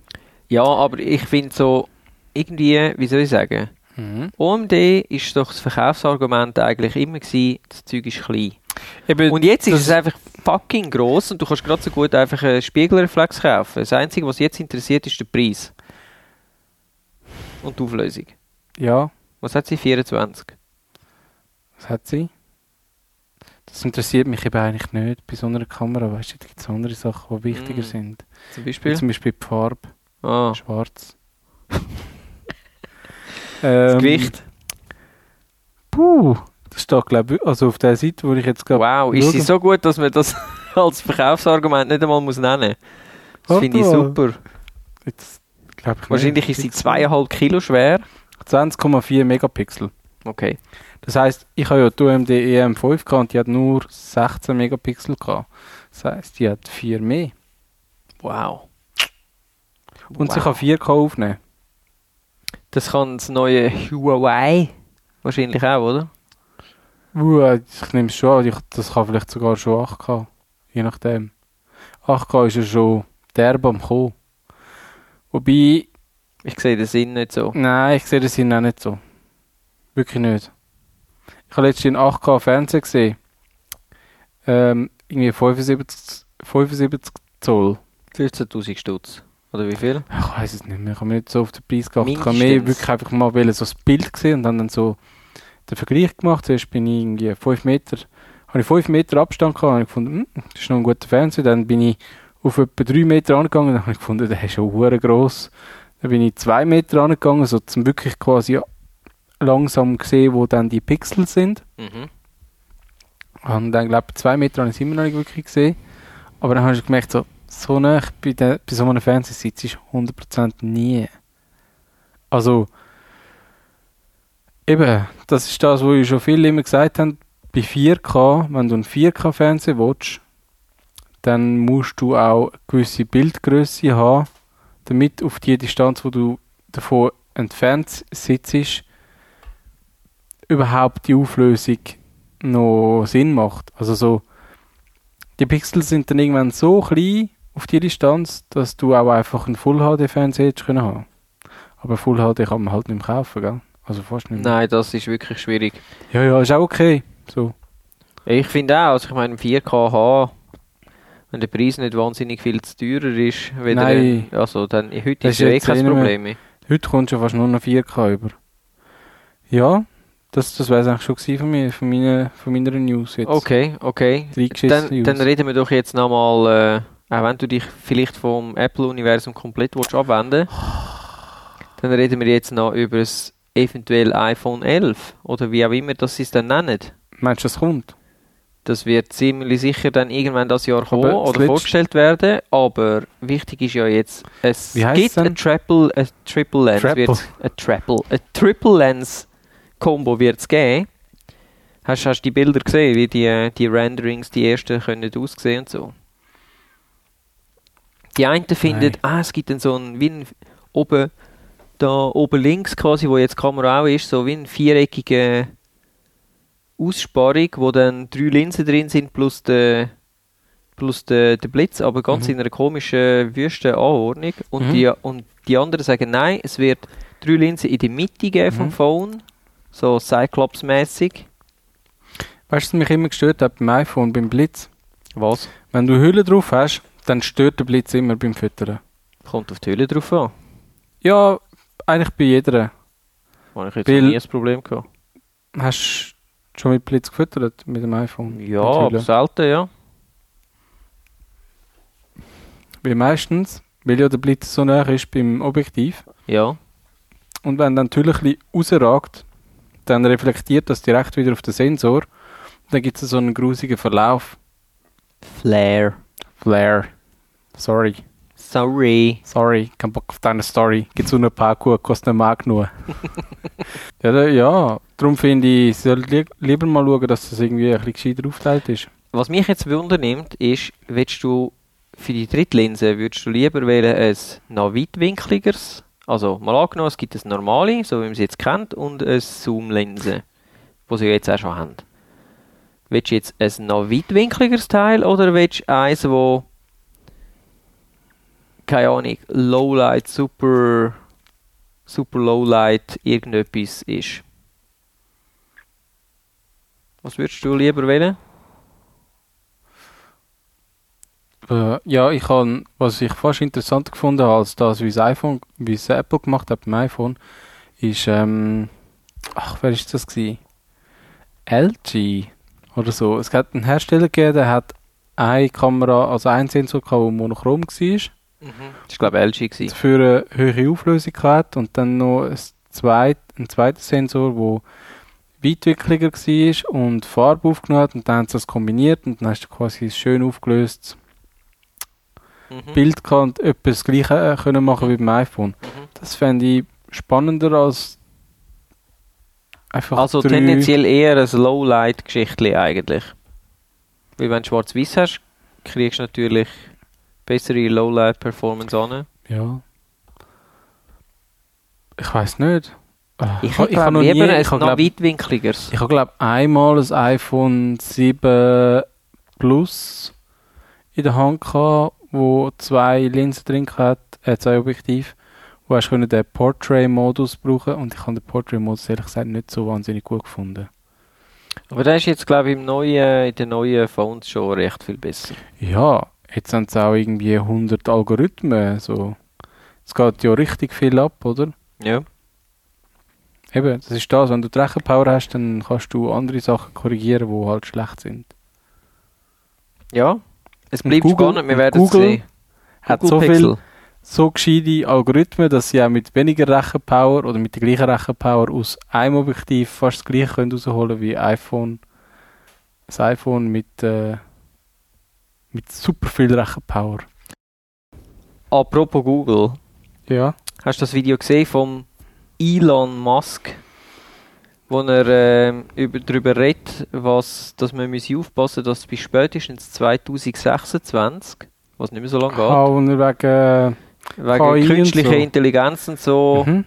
[SPEAKER 1] ja, aber ich finde so irgendwie, wie soll ich sagen? OMD ist doch das Verkaufsargument eigentlich immer gewesen, das Zeug ist klein.
[SPEAKER 2] Eben,
[SPEAKER 1] Und jetzt ist
[SPEAKER 2] das-
[SPEAKER 1] es einfach fucking gross und du kannst gerade so gut einfach einen Spiegelreflex kaufen. Das Einzige, was jetzt interessiert, ist der Preis. Und die Auflösung.
[SPEAKER 2] ja,
[SPEAKER 1] Was hat sie? 24.
[SPEAKER 2] Was hat sie? Das interessiert mich eben eigentlich nicht bei so einer Kamera. Weißt du, da gibt es andere Sachen, die wichtiger
[SPEAKER 1] Mm.
[SPEAKER 2] sind.
[SPEAKER 1] Zum
[SPEAKER 2] Wie
[SPEAKER 1] Beispiel?
[SPEAKER 2] zum Beispiel die Farbe,
[SPEAKER 1] Ah,
[SPEAKER 2] schwarz.
[SPEAKER 1] das
[SPEAKER 2] Ähm,
[SPEAKER 1] Gewicht.
[SPEAKER 2] Puh, das steht, glaube ich, also auf der Seite, wo ich jetzt gerade.
[SPEAKER 1] Wow, ist sie
[SPEAKER 2] schauen.
[SPEAKER 1] so gut, dass man das als Verkaufsargument nicht einmal muss nennen muss. Das
[SPEAKER 2] Warte
[SPEAKER 1] finde ich
[SPEAKER 2] mal.
[SPEAKER 1] super.
[SPEAKER 2] Jetzt, glaub ich
[SPEAKER 1] Wahrscheinlich
[SPEAKER 2] nicht.
[SPEAKER 1] ist sie 2,5 Kilo schwer.
[SPEAKER 2] 20,4 Megapixel.
[SPEAKER 1] Okay.
[SPEAKER 2] Das heisst, ich habe ja die OMD EM5 E gehabt und die hat nur 16 Megapixel gehabt. Das heisst, die hat 4 mehr.
[SPEAKER 1] Wow.
[SPEAKER 2] Und sie
[SPEAKER 1] Wow.
[SPEAKER 2] kann 4K aufnehmen.
[SPEAKER 1] Das kann das neue Huawei wahrscheinlich auch, oder?
[SPEAKER 2] Uh, ich nehme es schon an, ich, das kann vielleicht sogar schon 8K. Je nachdem. 8K ist ja schon derb am Kommen. Wobei,
[SPEAKER 1] Ich sehe den Sinn nicht so.
[SPEAKER 2] nein, ich sehe das Sinn auch nicht so. Wirklich nicht. Ich habe letztens in 8K Fernsehen gesehen. Ähm, irgendwie 75, 75 Zoll.
[SPEAKER 1] 15.000 Stutz. Oder wie viel?
[SPEAKER 2] Ich weiß es nicht mehr, ich habe mir nicht so auf den Preis geachtet. Ich habe
[SPEAKER 1] Mindestens.
[SPEAKER 2] mehr wirklich einfach mal wollen, so das Bild gesehen und dann, dann so den Vergleich gemacht. Zuerst bin ich irgendwie 5 Meter, habe ich 5 Meter Abstand gehabt und habe gefunden, hm, das ist noch ein guter Fernseher. Dann bin ich auf etwa 3 Meter angegangen und dann habe ich gefunden, der ist schon hure gross. Dann bin ich 2 Meter angegangen, so zum wirklich quasi langsam gesehen, wo dann die Pixel sind.
[SPEAKER 1] Mhm.
[SPEAKER 2] Und dann, glaube ich, zwei Meter habe ich es immer noch nicht wirklich gesehen. Aber dann habe ich gemerkt, so, so nah bei, der, bei so einem Fernseher sitzt ist 100% nie. Also, eben, das ist das, was ich schon viele immer gesagt haben. Bei 4K, wenn du einen 4K-Fernseher willst, dann musst du auch eine gewisse Bildgröße haben, damit auf die Distanz, wo du davon entfernt sitzt, überhaupt die Auflösung noch Sinn macht. Also so, die Pixel sind dann irgendwann so klein auf die Distanz, dass du auch einfach einen Full HD Fernseher hättest können haben. Aber Full HD kann man halt nicht mehr kaufen, gell? Also fast nicht mehr.
[SPEAKER 1] Nein, das ist wirklich schwierig.
[SPEAKER 2] Ja, ja, ist auch okay. So.
[SPEAKER 1] Ich finde auch, also ich meine, 4K haben, wenn der Preis nicht wahnsinnig viel zu teurer ist, weder,
[SPEAKER 2] Nein.
[SPEAKER 1] also dann heute
[SPEAKER 2] Das
[SPEAKER 1] ist
[SPEAKER 2] ist
[SPEAKER 1] ja eh
[SPEAKER 2] jetzt eh
[SPEAKER 1] kein
[SPEAKER 2] nicht mehr.
[SPEAKER 1] Problem mehr.
[SPEAKER 2] Heute kommt schon fast nur noch 4K über. Ja, das, das wäre es eigentlich schon gewesen von mir, von meiner, von meiner News jetzt.
[SPEAKER 1] Okay, okay.
[SPEAKER 2] Drei
[SPEAKER 1] Dann,
[SPEAKER 2] geschissene
[SPEAKER 1] dann
[SPEAKER 2] News.
[SPEAKER 1] reden wir doch jetzt nochmal, äh, auch wenn du dich vielleicht vom Apple-Universum komplett willst abwenden dann reden wir jetzt noch über das eventuell iPhone 11 oder wie auch immer das sie es dann nennen.
[SPEAKER 2] Meinst du, das kommt?
[SPEAKER 1] Das wird ziemlich sicher dann irgendwann das Jahr kommen
[SPEAKER 2] das
[SPEAKER 1] oder
[SPEAKER 2] letzte-
[SPEAKER 1] vorgestellt werden. Aber wichtig ist ja jetzt, es
[SPEAKER 2] Wie heisst's
[SPEAKER 1] gibt
[SPEAKER 2] denn?
[SPEAKER 1] ein Triple, ein Triple Lens.
[SPEAKER 2] Triple.
[SPEAKER 1] Wird, ein Triple, ein Triple Lens Combo wird es geben. Hast hast du die Bilder gesehen, wie die, äh, die Renderings, die ersten können aussehen und so? Die einen finden, ah, es gibt dann so einen, wie ein, oben, da oben links quasi, wo jetzt die Kamera auch ist, so wie ein viereckige Aussparung, wo dann drei Linsen drin sind plus der plus der, der Blitz, aber ganz
[SPEAKER 2] Mhm.
[SPEAKER 1] in einer komischen wüsten Anordnung. Und,
[SPEAKER 2] Mhm.
[SPEAKER 1] die, und die anderen sagen, nein, es wird drei Linsen in die Mitte geben vom
[SPEAKER 2] Mhm.
[SPEAKER 1] Phone, so Cyclops-mäßig.
[SPEAKER 2] Weißt du, was mich immer gestört hat beim iPhone, beim Blitz?
[SPEAKER 1] Was?
[SPEAKER 2] Wenn du Hülle drauf hast, dann stört der Blitz immer beim Füttern.
[SPEAKER 1] Kommt auf die Höhle drauf an.
[SPEAKER 2] Ja, eigentlich bei jeder.
[SPEAKER 1] Da habe ich jetzt
[SPEAKER 2] Weil-
[SPEAKER 1] noch nie ein Problem gehabt.
[SPEAKER 2] Hast du schon mit Blitz gefüttert mit dem iPhone?
[SPEAKER 1] Ja,
[SPEAKER 2] Mit
[SPEAKER 1] aber
[SPEAKER 2] Hülle?
[SPEAKER 1] selten, ja.
[SPEAKER 2] Weil meistens, weil ja der Blitz so nah ist beim Objektiv,
[SPEAKER 1] Ja,
[SPEAKER 2] Und wenn dann die Hülle ein bisschen rausragt, dann reflektiert das direkt wieder auf den Sensor. Dann gibt es so einen grusigen Verlauf.
[SPEAKER 1] Flair.
[SPEAKER 2] Flair. Sorry.
[SPEAKER 1] Sorry.
[SPEAKER 2] Sorry, kein Bock auf deine Story. Gibt so eine Parkour, kostet einen Mark nur. ja, da, ja, darum finde ich, ich sollte li lieber mal schauen, dass das irgendwie ein bisschen gescheit aufgeteilt ist.
[SPEAKER 1] Was mich jetzt wundernimmt, ist, willst du für die Drittlinse, würdest du lieber wählen ein noch weitwinkligeres, also mal angenommen, es gibt ein normale, so wie man es jetzt kennt, und eine Zoom-Linse, die sie jetzt auch schon haben. Willst du jetzt ein noch weitwinkligeres Teil oder willst du eins, wo keine Ahnung, Lowlight, super, super Lowlight, irgendetwas ist? Was würdest du lieber wählen?
[SPEAKER 2] Äh, ja, ich habe, was ich fast interessant gefunden habe, als das, wie es iPhone, wie es Apple gemacht hat beim iPhone, ist, ähm, ach, wer ist das gewesen? LG oder so. Es hat einen Hersteller gegeben, der hat eine Kamera, also einen Sensor gehabt, der monochrom war,
[SPEAKER 1] Das war, glaube ich, LG. Gewesen.
[SPEAKER 2] für eine höhere Auflösung gehabt und dann noch ein, zweit, ein zweiter Sensor, wo weitwickliger war und Farbe aufgenommen hat und dann haben sie das kombiniert und dann hast du quasi ein schön aufgelöstes
[SPEAKER 1] Mhm.
[SPEAKER 2] Bild gehabt und etwas gleiche äh, können machen wie beim iPhone.
[SPEAKER 1] Mhm.
[SPEAKER 2] Das fände ich spannender als einfach
[SPEAKER 1] Also
[SPEAKER 2] drei-
[SPEAKER 1] tendenziell eher ein Lowlight-Geschichtli eigentlich. Weil wenn du schwarz-weiß hast, kriegst du natürlich bessere Lowlight-Performance an.
[SPEAKER 2] Ja. Ich weiß nicht. Ah,
[SPEAKER 1] Ich
[SPEAKER 2] ha-
[SPEAKER 1] hätte glaub, lieber ein
[SPEAKER 2] ich habe
[SPEAKER 1] noch
[SPEAKER 2] glaube
[SPEAKER 1] weitwinkligeres.
[SPEAKER 2] ich habe glaub, einmal ein iPhone 7 Plus in der Hand gehabt, wo zwei Linsen drin hat, äh, zwei Objektiv, wo hast du können den Portrait Modus brauchen und ich habe den Portrait Modus ehrlich gesagt nicht so wahnsinnig gut gefunden.
[SPEAKER 1] Aber der ist jetzt glaube ich im neuen, in den neuen Phones schon recht viel besser.
[SPEAKER 2] Ja, jetzt sind es auch irgendwie 100 Algorithmen. So. Es geht ja richtig viel ab, oder?
[SPEAKER 1] Ja.
[SPEAKER 2] Eben, das ist das. Wenn du die Rechenpower hast, dann kannst du andere Sachen korrigieren, die halt schlecht sind.
[SPEAKER 1] Ja. Es
[SPEAKER 2] Und
[SPEAKER 1] bleibt
[SPEAKER 2] Google-
[SPEAKER 1] spannend, wir
[SPEAKER 2] und
[SPEAKER 1] werden
[SPEAKER 2] Google
[SPEAKER 1] sehen.
[SPEAKER 2] Hat
[SPEAKER 1] Google
[SPEAKER 2] so viel
[SPEAKER 1] Pixel.
[SPEAKER 2] so gescheite Algorithmen, dass sie auch mit weniger Rechenpower oder mit der gleichen Rechenpower aus einem Objektiv fast das gleiche können rausholen wie iPhone. Das iPhone mit, äh, mit super viel Rechenpower.
[SPEAKER 1] Apropos Google,
[SPEAKER 2] Ja.
[SPEAKER 1] hast du das Video gesehen vom Elon Musk, wo er ähm, über, darüber redet, was, dass wir müssen aufpassen dass bis spätestens 2026, was nicht mehr so lange geht,
[SPEAKER 2] Auch wegen. KI
[SPEAKER 1] wegen
[SPEAKER 2] und
[SPEAKER 1] künstlicher
[SPEAKER 2] so.
[SPEAKER 1] Intelligenz und so,
[SPEAKER 2] Mhm.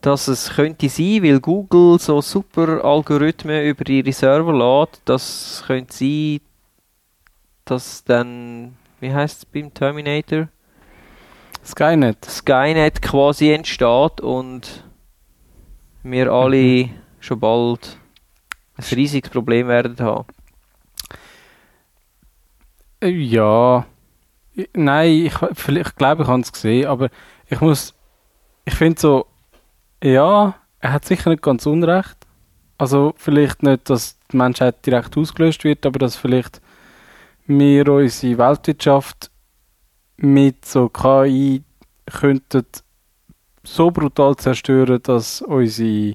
[SPEAKER 1] dass es könnte sein, weil Google so super Algorithmen über ihre Server lädt, dass es könnte sein, dass dann, wie heißt es beim Terminator,
[SPEAKER 2] Skynet.
[SPEAKER 1] Skynet quasi entsteht und wir alle schon bald ein riesiges Problem werden haben.
[SPEAKER 2] Äh, Ja. I- Nein, ich, vielleicht, ich glaube, ich habe es gesehen, aber ich muss. Ich finde so, ja, er hat sicher nicht ganz Unrecht. Also vielleicht nicht, dass die Menschheit direkt ausgelöscht wird, aber dass vielleicht wir unsere Weltwirtschaft mit so KI könnten so brutal zerstören, dass unsere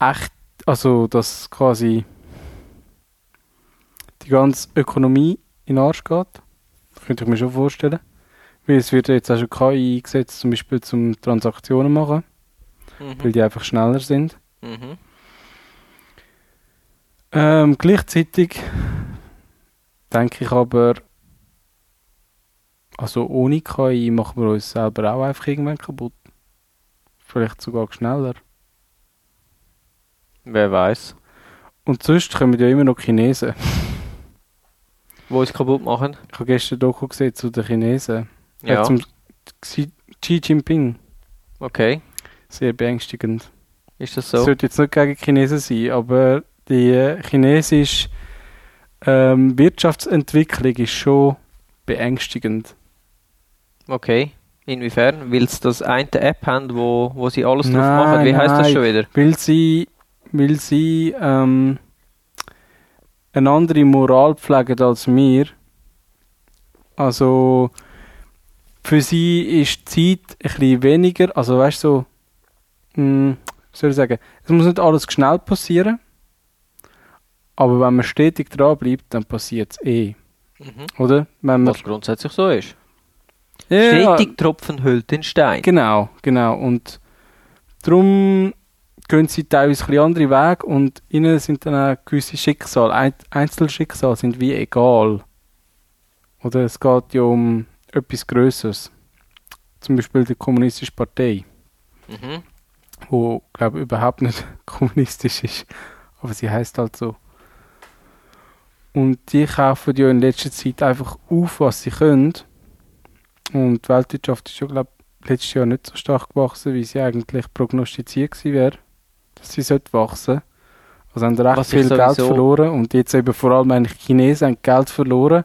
[SPEAKER 2] echt, also dass quasi die ganze Ökonomie in den Arsch geht. Könnte ich mir schon vorstellen. Weil es wird jetzt auch schon KI eingesetzt, zum Beispiel zum Transaktionen machen, weil
[SPEAKER 1] Mhm.
[SPEAKER 2] die einfach schneller sind.
[SPEAKER 1] Mhm.
[SPEAKER 2] Ähm, gleichzeitig denke ich aber, also ohne KI machen wir uns selber auch einfach irgendwann kaputt. Vielleicht sogar schneller.
[SPEAKER 1] Wer weiß,
[SPEAKER 2] Und sonst kommen ja immer noch Chinesen.
[SPEAKER 1] wo es kaputt machen.
[SPEAKER 2] Ich habe gestern Doku gesehen zu den Chinesen. Äh, zum Xi Xi Jinping.
[SPEAKER 1] okay.
[SPEAKER 2] Sehr beängstigend.
[SPEAKER 1] Ist das
[SPEAKER 2] Es
[SPEAKER 1] so?
[SPEAKER 2] sollte jetzt nicht gegen Chinesen sein, aber die chinesische ähm, Wirtschaftsentwicklung ist schon beängstigend.
[SPEAKER 1] Okay. Inwiefern? Weil sie das eine App haben, wo, wo sie alles drauf
[SPEAKER 2] Nein,
[SPEAKER 1] machen. Wie heißt das
[SPEAKER 2] nein.
[SPEAKER 1] schon wieder?
[SPEAKER 2] Weil sie, weil sie ähm, eine andere Moral pflegen als wir. Also für sie ist die Zeit ein bisschen weniger, also weißt du, so, mh, wie soll ich sagen, es muss nicht alles schnell passieren, aber wenn man stetig dran bleibt, dann passiert es eh,
[SPEAKER 1] Mhm.
[SPEAKER 2] oder? Wenn man,
[SPEAKER 1] Was grundsätzlich so ist.
[SPEAKER 2] Ja,
[SPEAKER 1] Stetig Tropfen hüllt den Stein.
[SPEAKER 2] Genau, genau. Und darum gehen sie teilweise ein bisschen andere Wege und ihnen sind dann auch gewisse Schicksale, Ein Einzelschicksale sind wie egal. Oder es geht ja um etwas Größeres. Zum Beispiel die Kommunistische Partei,
[SPEAKER 1] Mhm.
[SPEAKER 2] wo glaube ich überhaupt nicht kommunistisch ist, aber sie heißt halt so. Und die kaufen ja in letzter Zeit einfach auf, was sie können. Und die Weltwirtschaft ist ja, glaube ich, letztes Jahr nicht so stark gewachsen, wie sie eigentlich prognostiziert gewesen wäre, dass sie sollte wachsen Also haben recht
[SPEAKER 1] Was ich
[SPEAKER 2] viel Geld
[SPEAKER 1] sowieso-
[SPEAKER 2] verloren und jetzt eben vor allem eigentlich die Chinesen haben Geld verloren,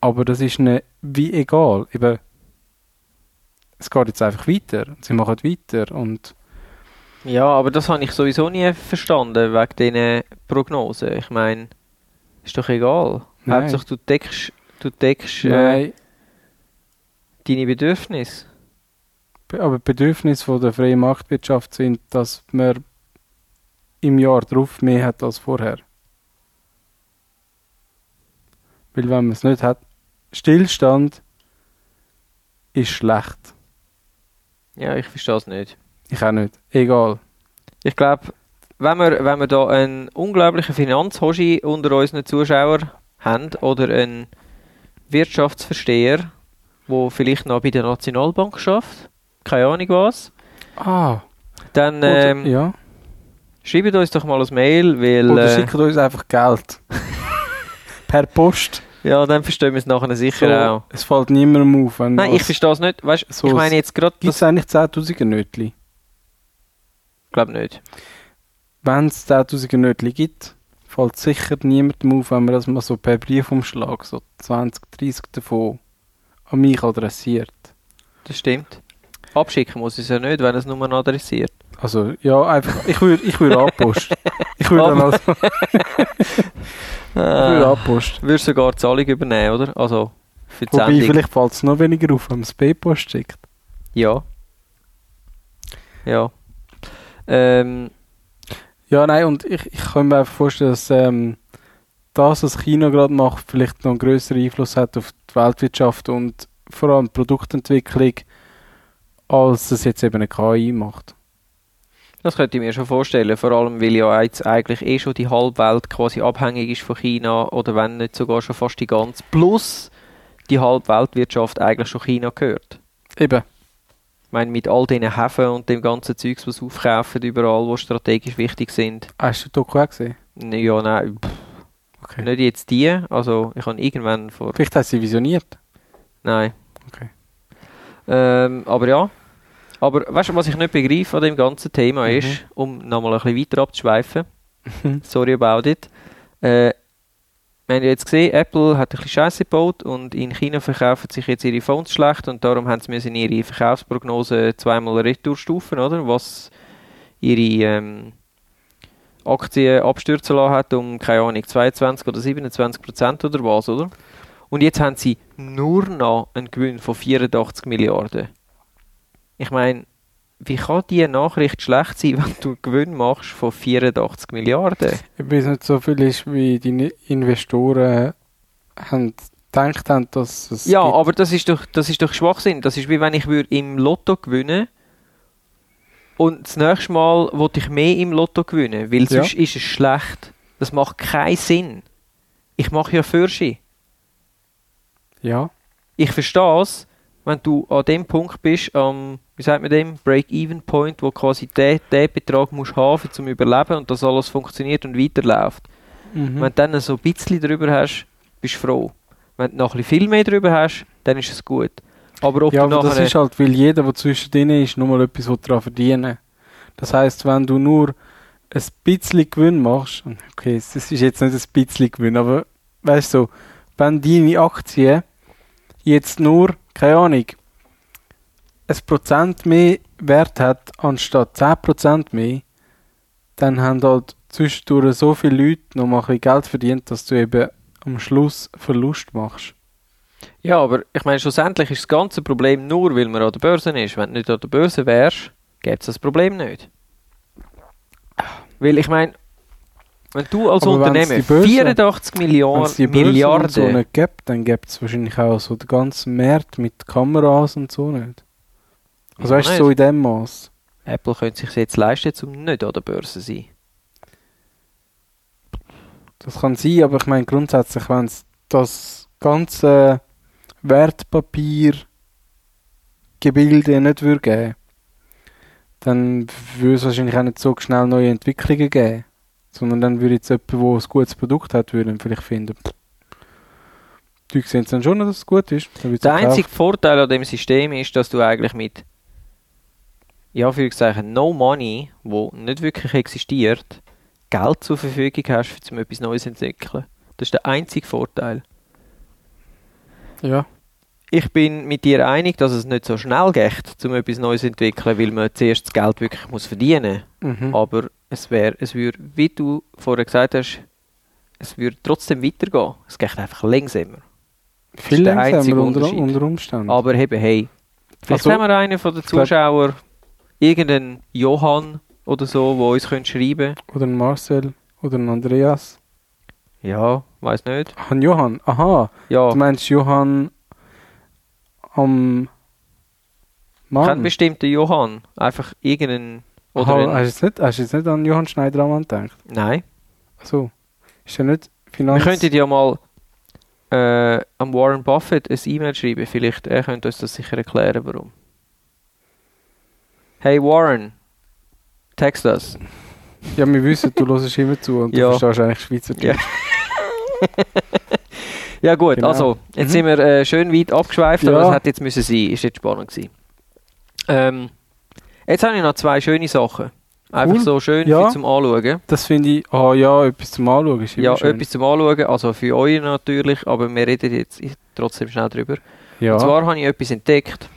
[SPEAKER 2] aber das ist ihnen wie egal. Eben, es geht jetzt einfach weiter. Sie machen weiter und
[SPEAKER 1] Ja, aber das habe ich sowieso nie verstanden, wegen diesen Prognosen. Ich meine, ist doch egal.
[SPEAKER 2] Nein.
[SPEAKER 1] Hauptsache du deckst, du deckst äh,
[SPEAKER 2] Nein,
[SPEAKER 1] deine Bedürfnisse.
[SPEAKER 2] be- aber die Bedürfnisse von der freien Marktwirtschaft sind, dass man im Jahr drauf mehr hat als vorher. Weil wenn man es nicht hat, Stillstand ist schlecht.
[SPEAKER 1] Ja, ich verstehe es nicht.
[SPEAKER 2] Ich auch nicht. Egal.
[SPEAKER 1] Ich glaube, wenn wir, wenn wir da einen unglaublichen Finanzhoshi unter unseren Zuschauern haben oder einen Wirtschaftsversteher, der vielleicht noch bei der Nationalbank schafft, keine Ahnung was,
[SPEAKER 2] Ah,
[SPEAKER 1] dann
[SPEAKER 2] oder,
[SPEAKER 1] ähm,
[SPEAKER 2] ja.
[SPEAKER 1] schreibt uns doch mal ein Mail, weil
[SPEAKER 2] oder
[SPEAKER 1] äh,
[SPEAKER 2] schickt uns einfach Geld. per Post.
[SPEAKER 1] ja, dann verstehen wir es nachher sicher auch.
[SPEAKER 2] Es fällt niemandem auf. Wenn
[SPEAKER 1] Genau. Nein, ich verstehe es nicht. Weißt,
[SPEAKER 2] So
[SPEAKER 1] ich meine jetzt gerade,
[SPEAKER 2] Gibt
[SPEAKER 1] das
[SPEAKER 2] es eigentlich 10'000er Nötli?
[SPEAKER 1] glaube nicht.
[SPEAKER 2] wenn es 10.000 Nötchen gibt, fällt sicher niemandem auf, wenn man das mal so per Briefumschlag, so 20, 30 davon, an mich adressiert.
[SPEAKER 1] Das stimmt. Abschicken muss ich es ja nicht, wenn es nur adressiert.
[SPEAKER 2] Also, ja, einfach, ich würde ich würd anposten. Ich würde dann also, ich würd Ah.
[SPEAKER 1] Äh,
[SPEAKER 2] anposten.
[SPEAKER 1] würdest sogar die Zahlung übernehmen, oder? Also für die
[SPEAKER 2] Wobei,
[SPEAKER 1] Sendung.
[SPEAKER 2] vielleicht fällt es noch weniger auf, wenn man es B-Post schickt.
[SPEAKER 1] Ja. Ja. Ähm,
[SPEAKER 2] Ja, nein, und ich, ich kann mir einfach vorstellen, dass ähm, das, was China gerade macht, vielleicht noch einen größeren Einfluss hat auf die Weltwirtschaft und vor allem die Produktentwicklung, als es jetzt eben eine KI macht.
[SPEAKER 1] das könnte ich mir schon vorstellen, vor allem weil ja jetzt eigentlich eh schon die halbe Welt quasi abhängig ist von China oder wenn nicht sogar schon fast die ganze. Plus die halbe Weltwirtschaft eigentlich schon China gehört.
[SPEAKER 2] Eben.
[SPEAKER 1] Ich meine, mit all diesen Häfen und dem ganzen Zeugs, was sie aufkaufen, überall, wo strategisch wichtig sind.
[SPEAKER 2] Hast du die Doku auch gesehen?
[SPEAKER 1] N- Ja, nein, pff,
[SPEAKER 2] Okay.
[SPEAKER 1] nicht jetzt die. Also ich habe irgendwann vor.
[SPEAKER 2] Vielleicht hat sie visioniert.
[SPEAKER 1] Nein.
[SPEAKER 2] Okay.
[SPEAKER 1] Ähm, aber ja. Aber weißt du, was ich nicht begreife an dem ganzen Thema
[SPEAKER 2] Mhm.
[SPEAKER 1] ist, um nochmal ein bisschen weiter abzuschweifen, sorry about it. Äh, wir haben ja jetzt gesehen, Apple hat ein bisschen Scheiße gebaut und in China verkaufen sich jetzt ihre Phones schlecht und darum haben sie müssen ihre Verkaufsprognose zweimal retourstufen, oder? Was ihre ähm, Aktien abstürzen lassen hat um, keine Ahnung, 22 oder 27 Prozent oder was, oder? Und jetzt haben sie nur noch einen Gewinn von 84 Milliarden. Ich meine, wie kann diese Nachricht schlecht sein, wenn du einen Gewinn machst von 84 Milliarden?
[SPEAKER 2] Weil es nicht so viel ist, wie die Ni- Investoren haben gedacht haben, dass es
[SPEAKER 1] ja,
[SPEAKER 2] gibt.
[SPEAKER 1] aber das ist, doch, das ist doch Schwachsinn. Das ist wie wenn ich würde im Lotto gewinnen und das nächste Mal wollte ich mehr im Lotto gewinnen, weil
[SPEAKER 2] Ja.
[SPEAKER 1] sonst ist es schlecht. Das macht keinen Sinn. Ich mache ja Fürschi.
[SPEAKER 2] Ja,
[SPEAKER 1] Ich verstehe es, wenn du an dem Punkt bist, am, wie sagt man dem, Break-Even-Point, wo quasi der, der Betrag musst haben, um zu überleben und dass alles funktioniert und weiterläuft.
[SPEAKER 2] mhm.
[SPEAKER 1] Wenn du dann so ein bisschen drüber hast, bist du froh. Wenn du noch ein bisschen viel mehr drüber hast, dann ist es gut. Aber ob
[SPEAKER 2] ja
[SPEAKER 1] du
[SPEAKER 2] aber das
[SPEAKER 1] nachher...
[SPEAKER 2] ist halt, weil jeder, der zwischen denen ist, nur mal etwas will daran verdienen Das heisst, wenn du nur ein bisschen Gewinn machst, okay, es es ist jetzt nicht ein bisschen Gewinn, aber weißt du, so, wenn deine Aktie jetzt nur, keine Ahnung, ein Prozent mehr Wert hat, anstatt 10% mehr, dann haben halt zwischendurch so viele Leute noch mal ein bisschen Geld verdient, dass du eben am Schluss Verlust machst.
[SPEAKER 1] Ja, aber ich meine, schlussendlich ist das ganze Problem nur, weil man an der Börse ist. Wenn du nicht an der Börse wärst, gäbe es das Problem nicht. Weil ich meine, wenn du als
[SPEAKER 2] Aber wenn's die
[SPEAKER 1] Unternehmen
[SPEAKER 2] Börse-
[SPEAKER 1] 84
[SPEAKER 2] Wenn
[SPEAKER 1] Million,
[SPEAKER 2] es die Börse und so
[SPEAKER 1] Milliarden...
[SPEAKER 2] nicht gibt, dann gibt es wahrscheinlich auch so den ganzen Markt mit Kameras und so nicht. Also
[SPEAKER 1] Ja,
[SPEAKER 2] weißt du,
[SPEAKER 1] nicht.
[SPEAKER 2] so in dem Maß.
[SPEAKER 1] Apple könnte sich jetzt leisten, um nicht an der Börse zu sein.
[SPEAKER 2] Das kann sein, aber ich meine grundsätzlich, wenn es das ganze Wertpapiergebilde nicht würde geben, dann würde es wahrscheinlich auch nicht so schnell neue Entwicklungen geben. Sondern dann würde jetzt jemand, der ein gutes Produkt hat, würde ihn vielleicht finden, pff, die sehen es dann schon, dass es gut ist. Dann wird's
[SPEAKER 1] Der
[SPEAKER 2] gekauft.
[SPEAKER 1] einzige Vorteil an dem System ist, dass du eigentlich mit ja für No Money, wo nicht wirklich existiert, Geld zur Verfügung hast, um etwas Neues zu entwickeln. Das ist der einzige Vorteil.
[SPEAKER 2] Ja.
[SPEAKER 1] Ich bin mit dir einig, dass es nicht so schnell geht, um etwas Neues zu entwickeln, weil man zuerst das Geld wirklich muss verdienen
[SPEAKER 2] Mhm.
[SPEAKER 1] Aber es wäre, es würde, wie du vorher gesagt hast, es würde trotzdem weitergehen. Es geht einfach langsamer.
[SPEAKER 2] Viel
[SPEAKER 1] der
[SPEAKER 2] langsamer
[SPEAKER 1] einzige
[SPEAKER 2] unter,
[SPEAKER 1] Unterschied.
[SPEAKER 2] unter Umständen.
[SPEAKER 1] Aber eben, hey, vielleicht
[SPEAKER 2] Mhm. Also-
[SPEAKER 1] haben wir einen von den
[SPEAKER 2] glaub-
[SPEAKER 1] Zuschauern, irgendeinen Johann oder so, der uns könnte schreiben
[SPEAKER 2] oder ein Marcel oder ein Andreas.
[SPEAKER 1] Ja, weiß nicht.
[SPEAKER 2] Ah, ein Johann, aha.
[SPEAKER 1] Ja,
[SPEAKER 2] Du meinst Johann am
[SPEAKER 1] kein
[SPEAKER 2] Mann?
[SPEAKER 1] bestimmter Johann. Einfach irgendeinen. Oder
[SPEAKER 2] Aha, äh,
[SPEAKER 1] einen,
[SPEAKER 2] hast, du jetzt nicht, hast du jetzt nicht an Johann Schneider am Mann gedacht?
[SPEAKER 1] nein.
[SPEAKER 2] Ach so. Ist er nicht
[SPEAKER 1] Wir
[SPEAKER 2] Finanz...
[SPEAKER 1] könnten ja mal äh, am Warren Buffett ein E-Mail schreiben. Vielleicht er könnte uns das sicher erklären, warum. Hey Warren, text us.
[SPEAKER 2] ja, wir wissen, du hörst immer zu und
[SPEAKER 1] Ja.
[SPEAKER 2] du verstehst eigentlich Schweizerdeutsch.
[SPEAKER 1] Ja. Ja gut,
[SPEAKER 2] Genau.
[SPEAKER 1] also jetzt
[SPEAKER 2] Mhm.
[SPEAKER 1] sind wir äh, schön weit abgeschweift, aber
[SPEAKER 2] Ja.
[SPEAKER 1] das hätte jetzt müssen sein, ist jetzt spannend gewesen. Ähm, jetzt habe ich noch zwei schöne Sachen. Einfach
[SPEAKER 2] Cool.
[SPEAKER 1] so schön
[SPEAKER 2] Ja.
[SPEAKER 1] für zum Anschauen.
[SPEAKER 2] Das finde ich... Ah ja, etwas zum Anschauen ist immer
[SPEAKER 1] Ja,
[SPEAKER 2] schön.
[SPEAKER 1] etwas zum Anschauen, also für euch natürlich, aber wir reden jetzt trotzdem schnell drüber. Und
[SPEAKER 2] Ja.
[SPEAKER 1] zwar habe ich etwas entdeckt,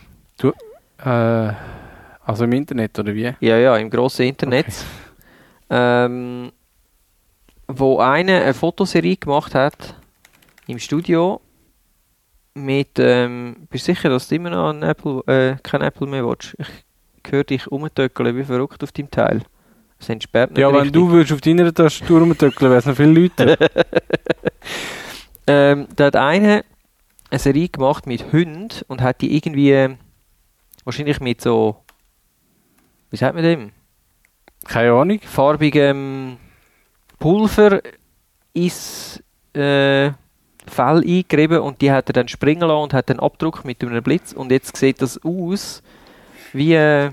[SPEAKER 2] äh, also im Internet, oder wie?
[SPEAKER 1] ja ja, im grossen Internet, ähm, wo einer eine Fotoserie gemacht hat im Studio mit, ähm, bist du sicher, dass du immer noch einen Apple, äh, kein Apple mehr willst? Ich höre dich rumtöckeln wie verrückt auf deinem Teil. Es entsperrt nicht
[SPEAKER 2] Ja, wenn
[SPEAKER 1] richtig.
[SPEAKER 2] du würdest auf deiner Tastatur rumtöckeln, wären es noch viele Leute.
[SPEAKER 1] Ähm, da hat einer eine Serie gemacht mit Hunden und hat die irgendwie ähm, wahrscheinlich mit so, wie sagt man dem?
[SPEAKER 2] Keine Ahnung.
[SPEAKER 1] farbigem Pulver ins äh, Fell eingerieben und die hat er dann springen lassen und hat einen Abdruck mit einem Blitz und jetzt sieht das aus wie äh,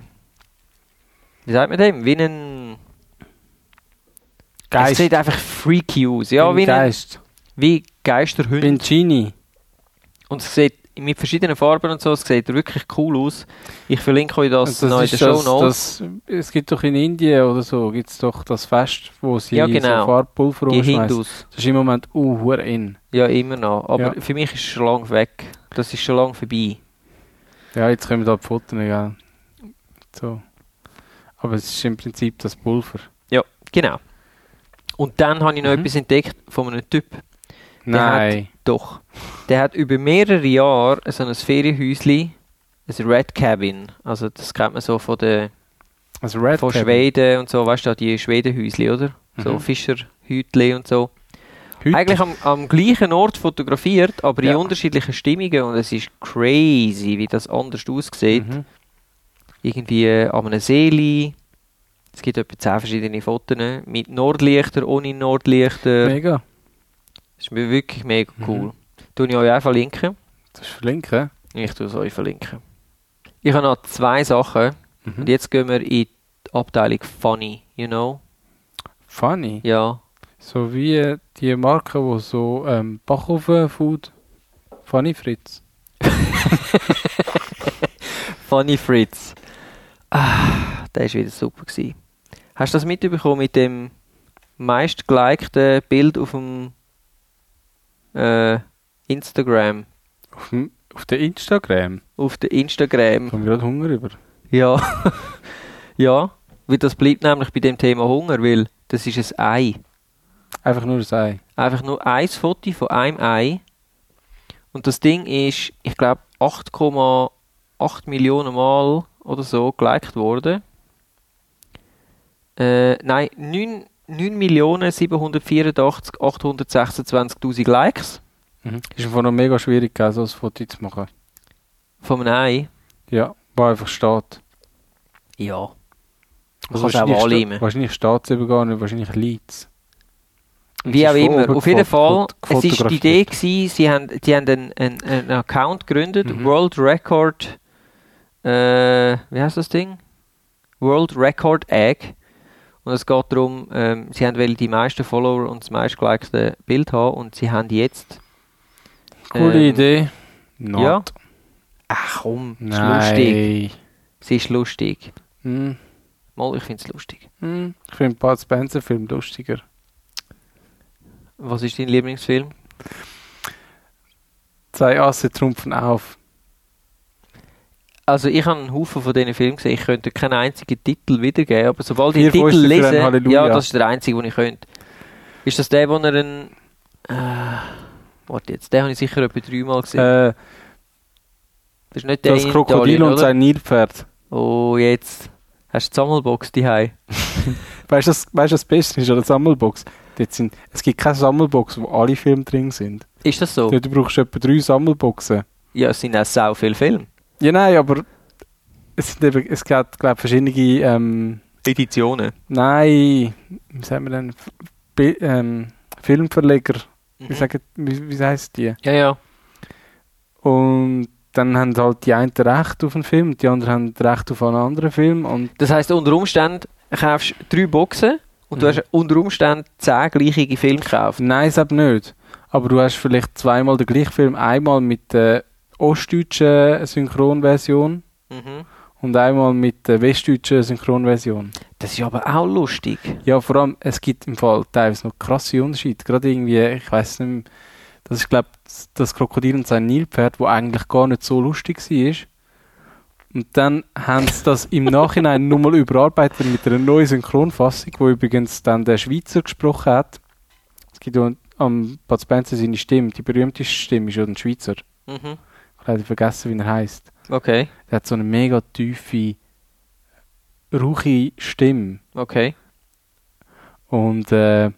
[SPEAKER 1] wie sagt man dem? Wie ein
[SPEAKER 2] Geist.
[SPEAKER 1] Es sieht einfach freaky aus. Ja,
[SPEAKER 2] Ein
[SPEAKER 1] wie, ein,
[SPEAKER 2] Geist.
[SPEAKER 1] wie Geisterhund.
[SPEAKER 2] Vincini.
[SPEAKER 1] Und es sieht mit verschiedenen Farben und so, es sieht wirklich cool aus. Ich verlinke euch das,
[SPEAKER 2] Also
[SPEAKER 1] noch in der Show Notes.
[SPEAKER 2] das, es gibt doch in Indien oder so, gibt es doch das Fest, wo sie
[SPEAKER 1] Ja, genau.
[SPEAKER 2] so Farbpulver
[SPEAKER 1] Die
[SPEAKER 2] rumschmeißen.
[SPEAKER 1] Hindus.
[SPEAKER 2] Das ist im Moment uh, in.
[SPEAKER 1] Ja, immer noch. Aber
[SPEAKER 2] Ja.
[SPEAKER 1] für mich ist es schon lange weg. Das ist schon lange vorbei.
[SPEAKER 2] Ja, jetzt kommen da die Fotos, gell. So. Aber es ist im Prinzip das Pulver.
[SPEAKER 1] Genau. Und dann habe ich noch
[SPEAKER 2] Mhm.
[SPEAKER 1] etwas entdeckt von einem Typ.
[SPEAKER 2] Nein.
[SPEAKER 1] Doch. Der hat über mehrere Jahre so ein Ferienhäuschen, ein Red Cabin. Also das kennt man so von, der,
[SPEAKER 2] Also Red
[SPEAKER 1] von
[SPEAKER 2] Cabin.
[SPEAKER 1] Schweden und so. Weißt du, die Schwedenhäuschen, oder? So
[SPEAKER 2] Mhm.
[SPEAKER 1] Fischerhütli und so.
[SPEAKER 2] Heute.
[SPEAKER 1] Eigentlich am, am gleichen Ort fotografiert, aber in
[SPEAKER 2] Ja.
[SPEAKER 1] unterschiedlichen Stimmungen. Und es ist crazy, wie das anders aussieht.
[SPEAKER 2] Mhm.
[SPEAKER 1] irgendwie äh, an einem See liegen. Es gibt etwa 10 verschiedene Fotos mit Nordlichter, ohne Nordlichter.
[SPEAKER 2] Mega.
[SPEAKER 1] Das ist mir wirklich mega
[SPEAKER 2] Mhm.
[SPEAKER 1] cool. Tue ich euch auch verlinken.
[SPEAKER 2] Das ist verlinken.
[SPEAKER 1] Ich tue es euch verlinken. Ich habe noch zwei Sachen.
[SPEAKER 2] Mhm.
[SPEAKER 1] Und jetzt gehen wir in die Abteilung Funny, you know?
[SPEAKER 2] Funny.
[SPEAKER 1] Ja.
[SPEAKER 2] So wie äh, die Marke, wo so ähm, Backofen Food. Funny Fritz.
[SPEAKER 1] Funny Fritz. Ah, der war wieder super. Gewesen. Hast du das mitbekommen mit dem meistgelikten Bild auf dem äh, Instagram?
[SPEAKER 2] Auf, dem- auf der Instagram.
[SPEAKER 1] auf der Instagram.
[SPEAKER 2] Ich habe gerade Hunger über.
[SPEAKER 1] Ja. ja. Weil das bleibt nämlich bei dem Thema Hunger, weil das ist ein Ei.
[SPEAKER 2] Einfach nur ein Ei.
[SPEAKER 1] Einfach nur ein Foto von einem Ei. Und das Ding ist, ich glaube, 8,8 Millionen Mal oder so geliked worden. Äh, nein, 9, 9.784.826.000 Likes
[SPEAKER 2] Mhm. Ist einfach noch mega schwierig, gell, so ein Foto zu machen.
[SPEAKER 1] vom Nein.
[SPEAKER 2] Ja, wo einfach steht.
[SPEAKER 1] Ja. Man
[SPEAKER 2] Also
[SPEAKER 1] kann es auch anleimen.
[SPEAKER 2] Wahrscheinlich steht es eben gar nicht, wahrscheinlich Leads.
[SPEAKER 1] Wie auch immer. Auf jeden Fall, es ist die Idee,
[SPEAKER 2] Idee.
[SPEAKER 1] gewesen, sie haben, die haben einen, einen, einen Account gegründet,
[SPEAKER 2] Mhm.
[SPEAKER 1] World Record, äh, wie heißt das Ding? World Record Egg. Und es geht darum, ähm, sie haben wollen die meisten Follower und das meistgelikte Bild haben und sie haben jetzt.
[SPEAKER 2] Coole
[SPEAKER 1] ähm,
[SPEAKER 2] Idee.
[SPEAKER 1] ja.
[SPEAKER 2] Not.
[SPEAKER 1] Ach komm, ist lustig.
[SPEAKER 2] Nein.
[SPEAKER 1] Sie ist lustig.
[SPEAKER 2] Hm.
[SPEAKER 1] Mal, ich finde es lustig.
[SPEAKER 2] Hm. Ich finde den Bud Spencer-Film lustiger.
[SPEAKER 1] Was ist dein Lieblingsfilm?
[SPEAKER 2] Zwei Asse trumpfen auf.
[SPEAKER 1] Also ich habe einen Haufen von diesen Filmen gesehen, ich könnte keinen einzigen Titel wiedergeben, aber sobald ich den Titel
[SPEAKER 2] Vier Fäuste für ein
[SPEAKER 1] lese,
[SPEAKER 2] Halleluja.
[SPEAKER 1] ja, das ist der einzige, den ich könnte. Ist das der, wo er einen... Äh, warte jetzt, den habe ich sicher etwa dreimal gesehen.
[SPEAKER 2] Äh,
[SPEAKER 1] das ist nicht der
[SPEAKER 2] das
[SPEAKER 1] in
[SPEAKER 2] Krokodil
[SPEAKER 1] Italien,
[SPEAKER 2] und
[SPEAKER 1] oder?
[SPEAKER 2] sein Nilpferd.
[SPEAKER 1] Oh, jetzt. Hast du die Sammelbox daheim?
[SPEAKER 2] Weißt du, das, weißt, du, das Beste ist an der Sammelbox? Dort sind, es gibt keine Sammelbox, wo alle Filme drin sind.
[SPEAKER 1] Ist das so?
[SPEAKER 2] Dort brauchst du etwa drei Sammelboxen.
[SPEAKER 1] Ja, es sind auch sau viele Filme.
[SPEAKER 2] Ja, nein, aber es, sind eben, es gibt, glaube ich, verschiedene. Ähm,
[SPEAKER 1] Editionen.
[SPEAKER 2] nein, wie sagen wir denn? F- Bi- ähm, Filmverleger. Wie,
[SPEAKER 1] Mhm.
[SPEAKER 2] sagen, wie, wie heißen die?
[SPEAKER 1] Ja, ja.
[SPEAKER 2] Und dann haben halt die einen Recht auf einen Film, die anderen haben Recht auf einen anderen Film. Und
[SPEAKER 1] Das heisst, unter Umständen kaufst du drei Boxen und du
[SPEAKER 2] Mhm.
[SPEAKER 1] hast unter Umständen zehn gleiche Filme gekauft.
[SPEAKER 2] Nein, es eben nicht. Aber du hast vielleicht zweimal den gleichen Film. Einmal mit der ostdeutschen Synchronversion
[SPEAKER 1] Mhm.
[SPEAKER 2] und einmal mit der westdeutschen Synchronversion.
[SPEAKER 1] Das ist aber auch lustig.
[SPEAKER 2] Ja, vor allem, es gibt im Fall teilweise noch krasse Unterschiede. Gerade irgendwie, ich weiß nicht, mehr, das ist, glaube das Krokodil und sein Nilpferd, wo eigentlich gar nicht so lustig war. Und dann haben sie das im Nachhinein nochmal überarbeitet mit einer neuen Synchronfassung, wo übrigens dann der Schweizer gesprochen hat. Es gibt ja am Bud Spencer seine Stimme, die berühmteste Stimme ist ja ein Schweizer.
[SPEAKER 1] Mhm.
[SPEAKER 2] Ich habe leider vergessen, wie er heißt.
[SPEAKER 1] Okay,
[SPEAKER 2] Er hat so eine mega tiefe, rauchige Stimme.
[SPEAKER 1] okay.
[SPEAKER 2] Und äh,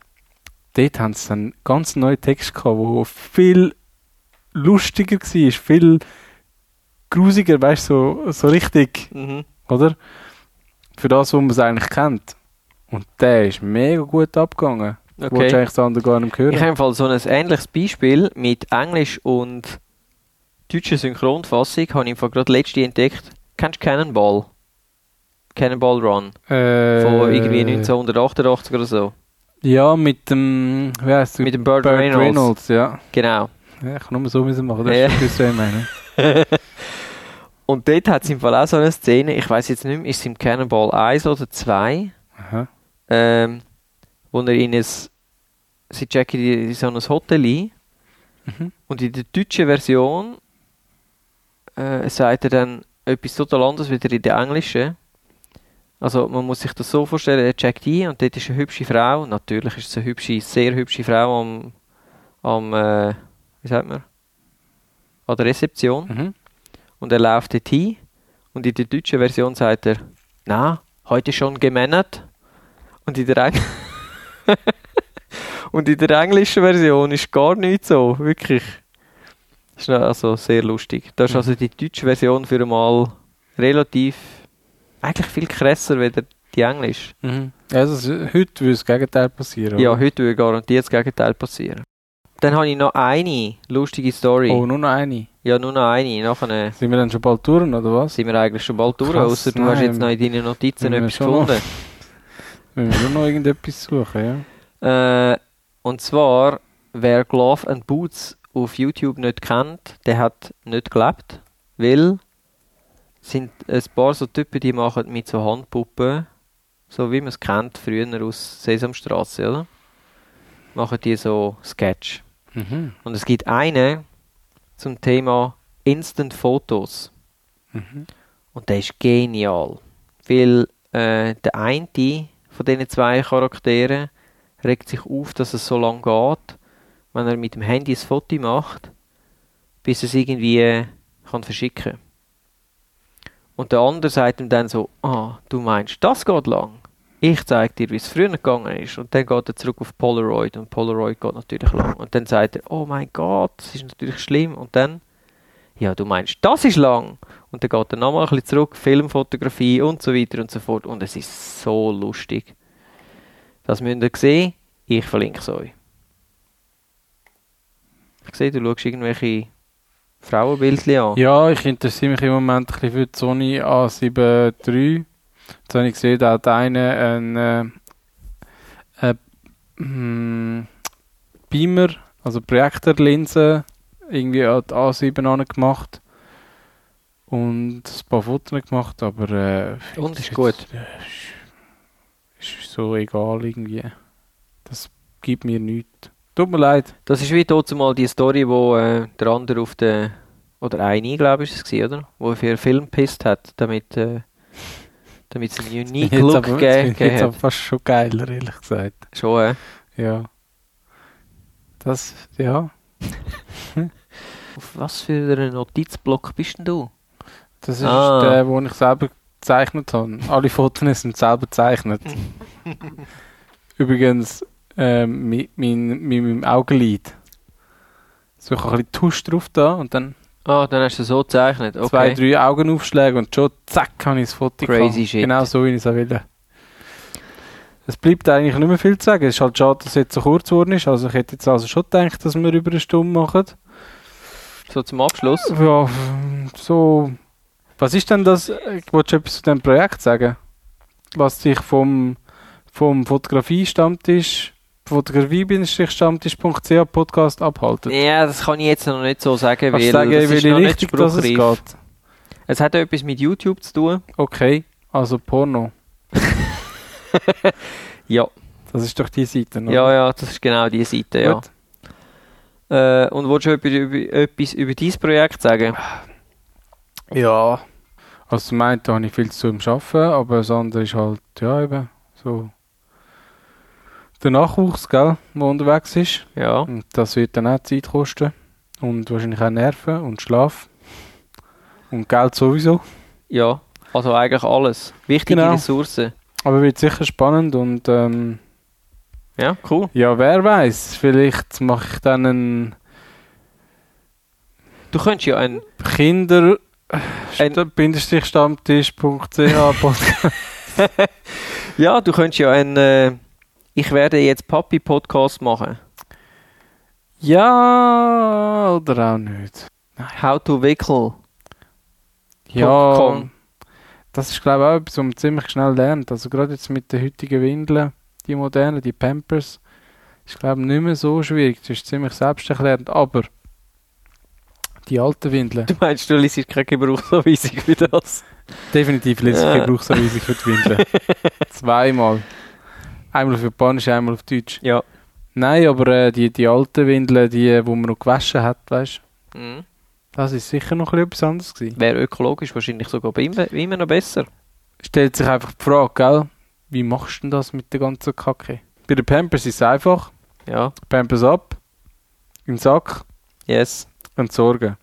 [SPEAKER 2] dort haben sie dann ganz neuen Text gehabt, der viel lustiger war, viel grusiger, weißt du, so, so richtig,
[SPEAKER 1] Mhm.
[SPEAKER 2] oder? Für das, was man es eigentlich kennt. Und der ist mega gut abgegangen. Okay. Wolltest du
[SPEAKER 1] okay.
[SPEAKER 2] eigentlich das andere gar nicht
[SPEAKER 1] Ich
[SPEAKER 2] hören?
[SPEAKER 1] habe im Fall so ein ähnliches Beispiel mit Englisch und deutscher Synchronfassung, habe ich im Fall gerade letzte entdeckt. Kennst du Cannonball? Cannonball Run
[SPEAKER 2] Äh,
[SPEAKER 1] von irgendwie 1988 oder so.
[SPEAKER 2] Ja, mit dem, wie heißt
[SPEAKER 1] Mit dem Burt,
[SPEAKER 2] Burt
[SPEAKER 1] Reynolds.
[SPEAKER 2] Reynolds, ja.
[SPEAKER 1] Genau.
[SPEAKER 2] ja. Ich kann nur so müssen machen, das
[SPEAKER 1] Ja.
[SPEAKER 2] ist schon gewusst, was ich meine.
[SPEAKER 1] Und dort hat es im Fall auch so eine Szene, ich weiß jetzt nicht mehr, ist es im Cannonball 1 oder 2,
[SPEAKER 2] Aha.
[SPEAKER 1] ähm, wo er in ein, sie checken die- in so ein Hotel ein
[SPEAKER 2] Mhm.
[SPEAKER 1] Und in der deutschen Version äh, sagt er dann etwas total anderes wieder in der englischen. Also man muss sich das so vorstellen, er checkt ein und dort ist eine hübsche Frau. Natürlich ist es eine hübsche, sehr hübsche Frau am, am äh, wie sagt man, an der Rezeption.
[SPEAKER 2] Mhm.
[SPEAKER 1] Und er läuft dort hin und in der deutschen Version sagt er, na, heute schon gemännert. Und in der, Eng und in der englischen Version ist gar nicht so, wirklich. Ist noch- also sehr lustig. Da ist
[SPEAKER 2] Mhm.
[SPEAKER 1] also die deutsche Version für einmal relativ, eigentlich viel krasser als die englische.
[SPEAKER 2] Mhm. Also, heute würde das Gegenteil passieren.
[SPEAKER 1] Ja,
[SPEAKER 2] oder?
[SPEAKER 1] heute würde garantiert das Gegenteil passieren. Dann habe ich noch eine lustige Story.
[SPEAKER 2] Oh, nur noch eine.
[SPEAKER 1] Ja, nur noch eine. Nachher
[SPEAKER 2] Sind wir dann schon bald durch, oder was?
[SPEAKER 1] sind wir eigentlich schon bald durch,
[SPEAKER 2] Krass,
[SPEAKER 1] außer du
[SPEAKER 2] nein,
[SPEAKER 1] hast jetzt
[SPEAKER 2] wir-
[SPEAKER 1] noch in deinen Notizen
[SPEAKER 2] wir
[SPEAKER 1] etwas
[SPEAKER 2] schon noch.
[SPEAKER 1] gefunden.
[SPEAKER 2] Wenn wir schon noch irgendetwas suchen, ja.
[SPEAKER 1] Äh, und zwar, wer Glove and Boots auf YouTube nicht kennt, der hat nicht gelebt, weil es sind ein paar so Typen, die machen mit so Handpuppen, so wie man es kennt früher aus Sesamstraße, oder? Machen die so Sketch.
[SPEAKER 2] Mhm.
[SPEAKER 1] Und es gibt einen zum Thema Instant Fotos.
[SPEAKER 2] Mhm.
[SPEAKER 1] Und der ist genial. Weil äh, der eine von diesen zwei Charakteren regt sich auf, dass es so lange geht, wenn er mit dem Handy ein Foto macht, bis er es irgendwie äh, kann verschicken Und der andere sagt ihm dann so, ah, du meinst, das geht lang? Ich zeig dir, wie es früher gegangen ist. Und dann geht er zurück auf Polaroid und Polaroid geht natürlich lang. Und dann sagt er, oh mein Gott, das ist natürlich schlimm. Und dann, ja, du meinst, das ist lang? Und dann geht er nochmal ein bisschen zurück, Filmfotografie und so weiter und so fort. Und es ist so lustig. Das müsst ihr sehen. Ich verlinke es euch. Ich sehe, du schaust irgendwelche Frauenbildchen an.
[SPEAKER 2] Ja, ich interessiere mich im Moment ein bisschen für die Sony A7 III. Jetzt habe ich gesehen, da hat einer einen äh, äh, mm, Beamer, also Projektorlinse, irgendwie an die A7 gemacht und ein paar Fotos gemacht, aber... Äh,
[SPEAKER 1] Und ist
[SPEAKER 2] jetzt- äh,
[SPEAKER 1] gut.
[SPEAKER 2] Ist, ist so egal irgendwie. Das gibt mir nichts. Tut mir leid.
[SPEAKER 1] Das ist wie dazu mal die Story, wo äh, der andere auf der oder eine, glaube ich, ist es gewesen, oder? Wo er für einen Film gepisst hat, damit äh, damit es einen unique
[SPEAKER 2] Jetzt
[SPEAKER 1] Look
[SPEAKER 2] aber-
[SPEAKER 1] gegeben
[SPEAKER 2] jetzt bin ich jetzt aber
[SPEAKER 1] hat.
[SPEAKER 2] fast schon geiler, ehrlich gesagt.
[SPEAKER 1] Schon, äh,
[SPEAKER 2] Ja. Das, ja,
[SPEAKER 1] Auf was für einen Notizblock bist denn du?
[SPEAKER 2] das ist
[SPEAKER 1] Ah.
[SPEAKER 2] der, den ich selber gezeichnet habe. Alle Fotos sind selber gezeichnet. Übrigens, ähm, mit, mein, mit meinem Augenlid. So ich habe ein bisschen Tusch drauf da und dann
[SPEAKER 1] Ah, dann hast du so gezeichnet. Okay.
[SPEAKER 2] zwei, drei Augenaufschläge und schon zack, habe ich das Foto
[SPEAKER 1] Crazy
[SPEAKER 2] gehabt.
[SPEAKER 1] shit.
[SPEAKER 2] Genau so, wie ich es auch will. Es bleibt eigentlich nicht mehr viel zu sagen. Es ist halt schade, dass es jetzt so kurz geworden ist. Also ich hätte jetzt also schon gedacht, dass wir über eine Stunde machen.
[SPEAKER 1] So zum Abschluss.
[SPEAKER 2] Ja, f- so. Was ist denn das? äh, Wolltest du etwas zu dem Projekt sagen? Was dich vom, vom Fotografie-Stammtisch, fotografie-stammtisch.ch Podcast abhaltet?
[SPEAKER 1] Ja, das kann ich jetzt noch nicht so sagen,
[SPEAKER 2] Kannst
[SPEAKER 1] weil
[SPEAKER 2] du sagen,
[SPEAKER 1] das ist
[SPEAKER 2] welche
[SPEAKER 1] noch nicht
[SPEAKER 2] Richtung das es
[SPEAKER 1] spruchreif.
[SPEAKER 2] geht?
[SPEAKER 1] Es hat etwas mit YouTube zu tun.
[SPEAKER 2] Okay, also Porno.
[SPEAKER 1] Ja,
[SPEAKER 2] Das ist doch die Seite, oder?
[SPEAKER 1] ja, ja, das ist genau die Seite, ja.
[SPEAKER 2] Gut.
[SPEAKER 1] Äh, und wolltest du etwas über, etwas über dein Projekt sagen?
[SPEAKER 2] Ja. Also zum einen habe ich viel zu tun im Arbeiten, aber das andere ist halt, ja eben, so der Nachwuchs, gell, der unterwegs ist.
[SPEAKER 1] Ja.
[SPEAKER 2] Und das wird dann auch Zeit kosten. Und wahrscheinlich auch Nerven und Schlaf. Und Geld sowieso.
[SPEAKER 1] Ja, also eigentlich alles. Wichtige
[SPEAKER 2] Genau.
[SPEAKER 1] Ressourcen.
[SPEAKER 2] Aber wird sicher spannend und ähm,
[SPEAKER 1] Ja, cool.
[SPEAKER 2] ja, wer weiß, vielleicht mache ich dann einen
[SPEAKER 1] Du könntest ja ein.
[SPEAKER 2] Kinder
[SPEAKER 1] Ein-
[SPEAKER 2] stammtisch.ch Podcast.
[SPEAKER 1] Ja, du könntest ja ein. Äh, ich werde jetzt Papi-Podcast machen.
[SPEAKER 2] ja, oder auch nicht.
[SPEAKER 1] How to Wickel.
[SPEAKER 2] Ja,
[SPEAKER 1] .com.
[SPEAKER 2] das ist glaube ich auch etwas, was man ziemlich schnell lernt. Also gerade jetzt mit den heutigen Windeln, die modernen, die Pampers, ist glaube ich nicht mehr so schwierig. Das ist ziemlich selbsterklärend, aber die alten Windeln,
[SPEAKER 1] Du meinst, du liest keine Gebrauchsanweisung wie das?
[SPEAKER 2] definitiv lese
[SPEAKER 1] Ja.
[SPEAKER 2] ich Gebrauchsanweisung für die Windeln. Zweimal. Einmal auf Japanisch, einmal auf Deutsch.
[SPEAKER 1] Ja.
[SPEAKER 2] Nein, aber äh, die, die alten Windeln, die, äh, wo man noch gewaschen hat, weißt du,
[SPEAKER 1] Mhm.
[SPEAKER 2] das ist sicher noch ein bisschen etwas anderes gewesen.
[SPEAKER 1] Wäre ökologisch wahrscheinlich sogar bei ihm- immer noch besser.
[SPEAKER 2] stellt sich einfach die Frage, gell? Wie machst du denn das mit der ganzen Kacke? Bei den Pampers ist es einfach.
[SPEAKER 1] Ja.
[SPEAKER 2] Pampers ab, im Sack,
[SPEAKER 1] Yes.
[SPEAKER 2] entsorgen.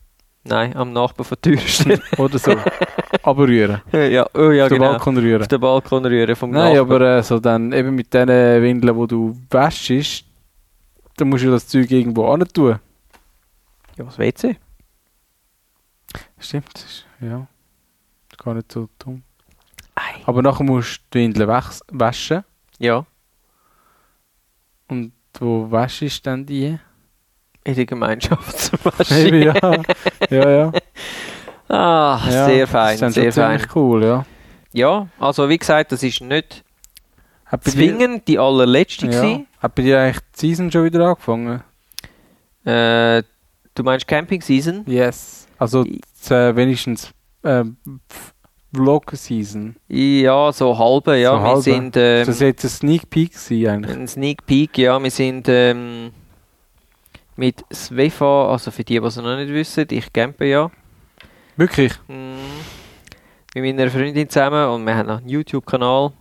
[SPEAKER 1] Nein, am Nachbar von der Tür stehen.
[SPEAKER 2] Oder so. aber rühren.
[SPEAKER 1] ja, oh, ja
[SPEAKER 2] Auf den
[SPEAKER 1] genau.
[SPEAKER 2] Balkon
[SPEAKER 1] Auf
[SPEAKER 2] rühren.
[SPEAKER 1] den Balkon rühren vom
[SPEAKER 2] Nein,
[SPEAKER 1] Nachbar.
[SPEAKER 2] aber äh, so dann eben mit den Windeln, die du wäschst, dann musst du das Zeug irgendwo hin tun.
[SPEAKER 1] Ja, was WC?
[SPEAKER 2] Stimmt, das ist, ja. Ist Gar nicht so dumm.
[SPEAKER 1] Ei.
[SPEAKER 2] Aber nachher musst du die Windeln wachs- waschen.
[SPEAKER 1] Ja.
[SPEAKER 2] Und wo wäschst du dann die?
[SPEAKER 1] In der Gemeinschaft zum Beispiel.
[SPEAKER 2] Eben, ja. ja, ja.
[SPEAKER 1] Ah,
[SPEAKER 2] Ja,
[SPEAKER 1] sehr
[SPEAKER 2] das
[SPEAKER 1] fein,
[SPEAKER 2] ist dann
[SPEAKER 1] sehr
[SPEAKER 2] schon
[SPEAKER 1] fein.
[SPEAKER 2] ziemlich cool, ja.
[SPEAKER 1] Ja, also wie gesagt, das ist nicht
[SPEAKER 2] Hat bei dir-
[SPEAKER 1] zwingend die allerletzte.
[SPEAKER 2] ja.
[SPEAKER 1] gewesen.
[SPEAKER 2] Hat bei dir eigentlich die Season schon wieder angefangen?
[SPEAKER 1] Äh, du meinst Camping Season?
[SPEAKER 2] Yes. Also
[SPEAKER 1] I-
[SPEAKER 2] das, äh, wenigstens ähm, F- Vlog-Season.
[SPEAKER 1] Ja, so halbe, ja.
[SPEAKER 2] So
[SPEAKER 1] wir
[SPEAKER 2] halbe.
[SPEAKER 1] sind
[SPEAKER 2] Ist das
[SPEAKER 1] ähm,
[SPEAKER 2] jetzt ein Sneak Peek gewesen eigentlich?
[SPEAKER 1] ein Sneak Peek, ja, wir sind ähm, mit Svefa, also für die, die es noch nicht wissen, ich campe ja.
[SPEAKER 2] Wirklich?
[SPEAKER 1] mm, Mit meiner Freundin zusammen und wir haben noch einen YouTube-Kanal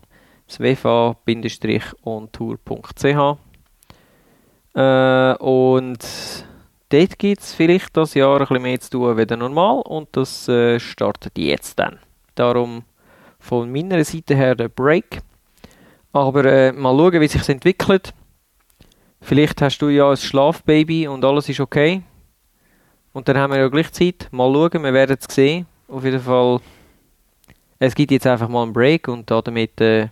[SPEAKER 1] svefa-ontour.ch äh, und dort dort gibt es vielleicht das Jahr ein bisschen mehr zu tun als normal und das äh, startet jetzt dann. Darum von meiner Seite her der Break. Aber äh, mal schauen, wie sich entwickelt. Vielleicht hast du ja ein Schlafbaby und alles ist okay. Und dann haben wir ja gleich Zeit. Mal schauen, wir werden es sehen. Auf jeden Fall, es gibt jetzt einfach mal einen Break und damit äh,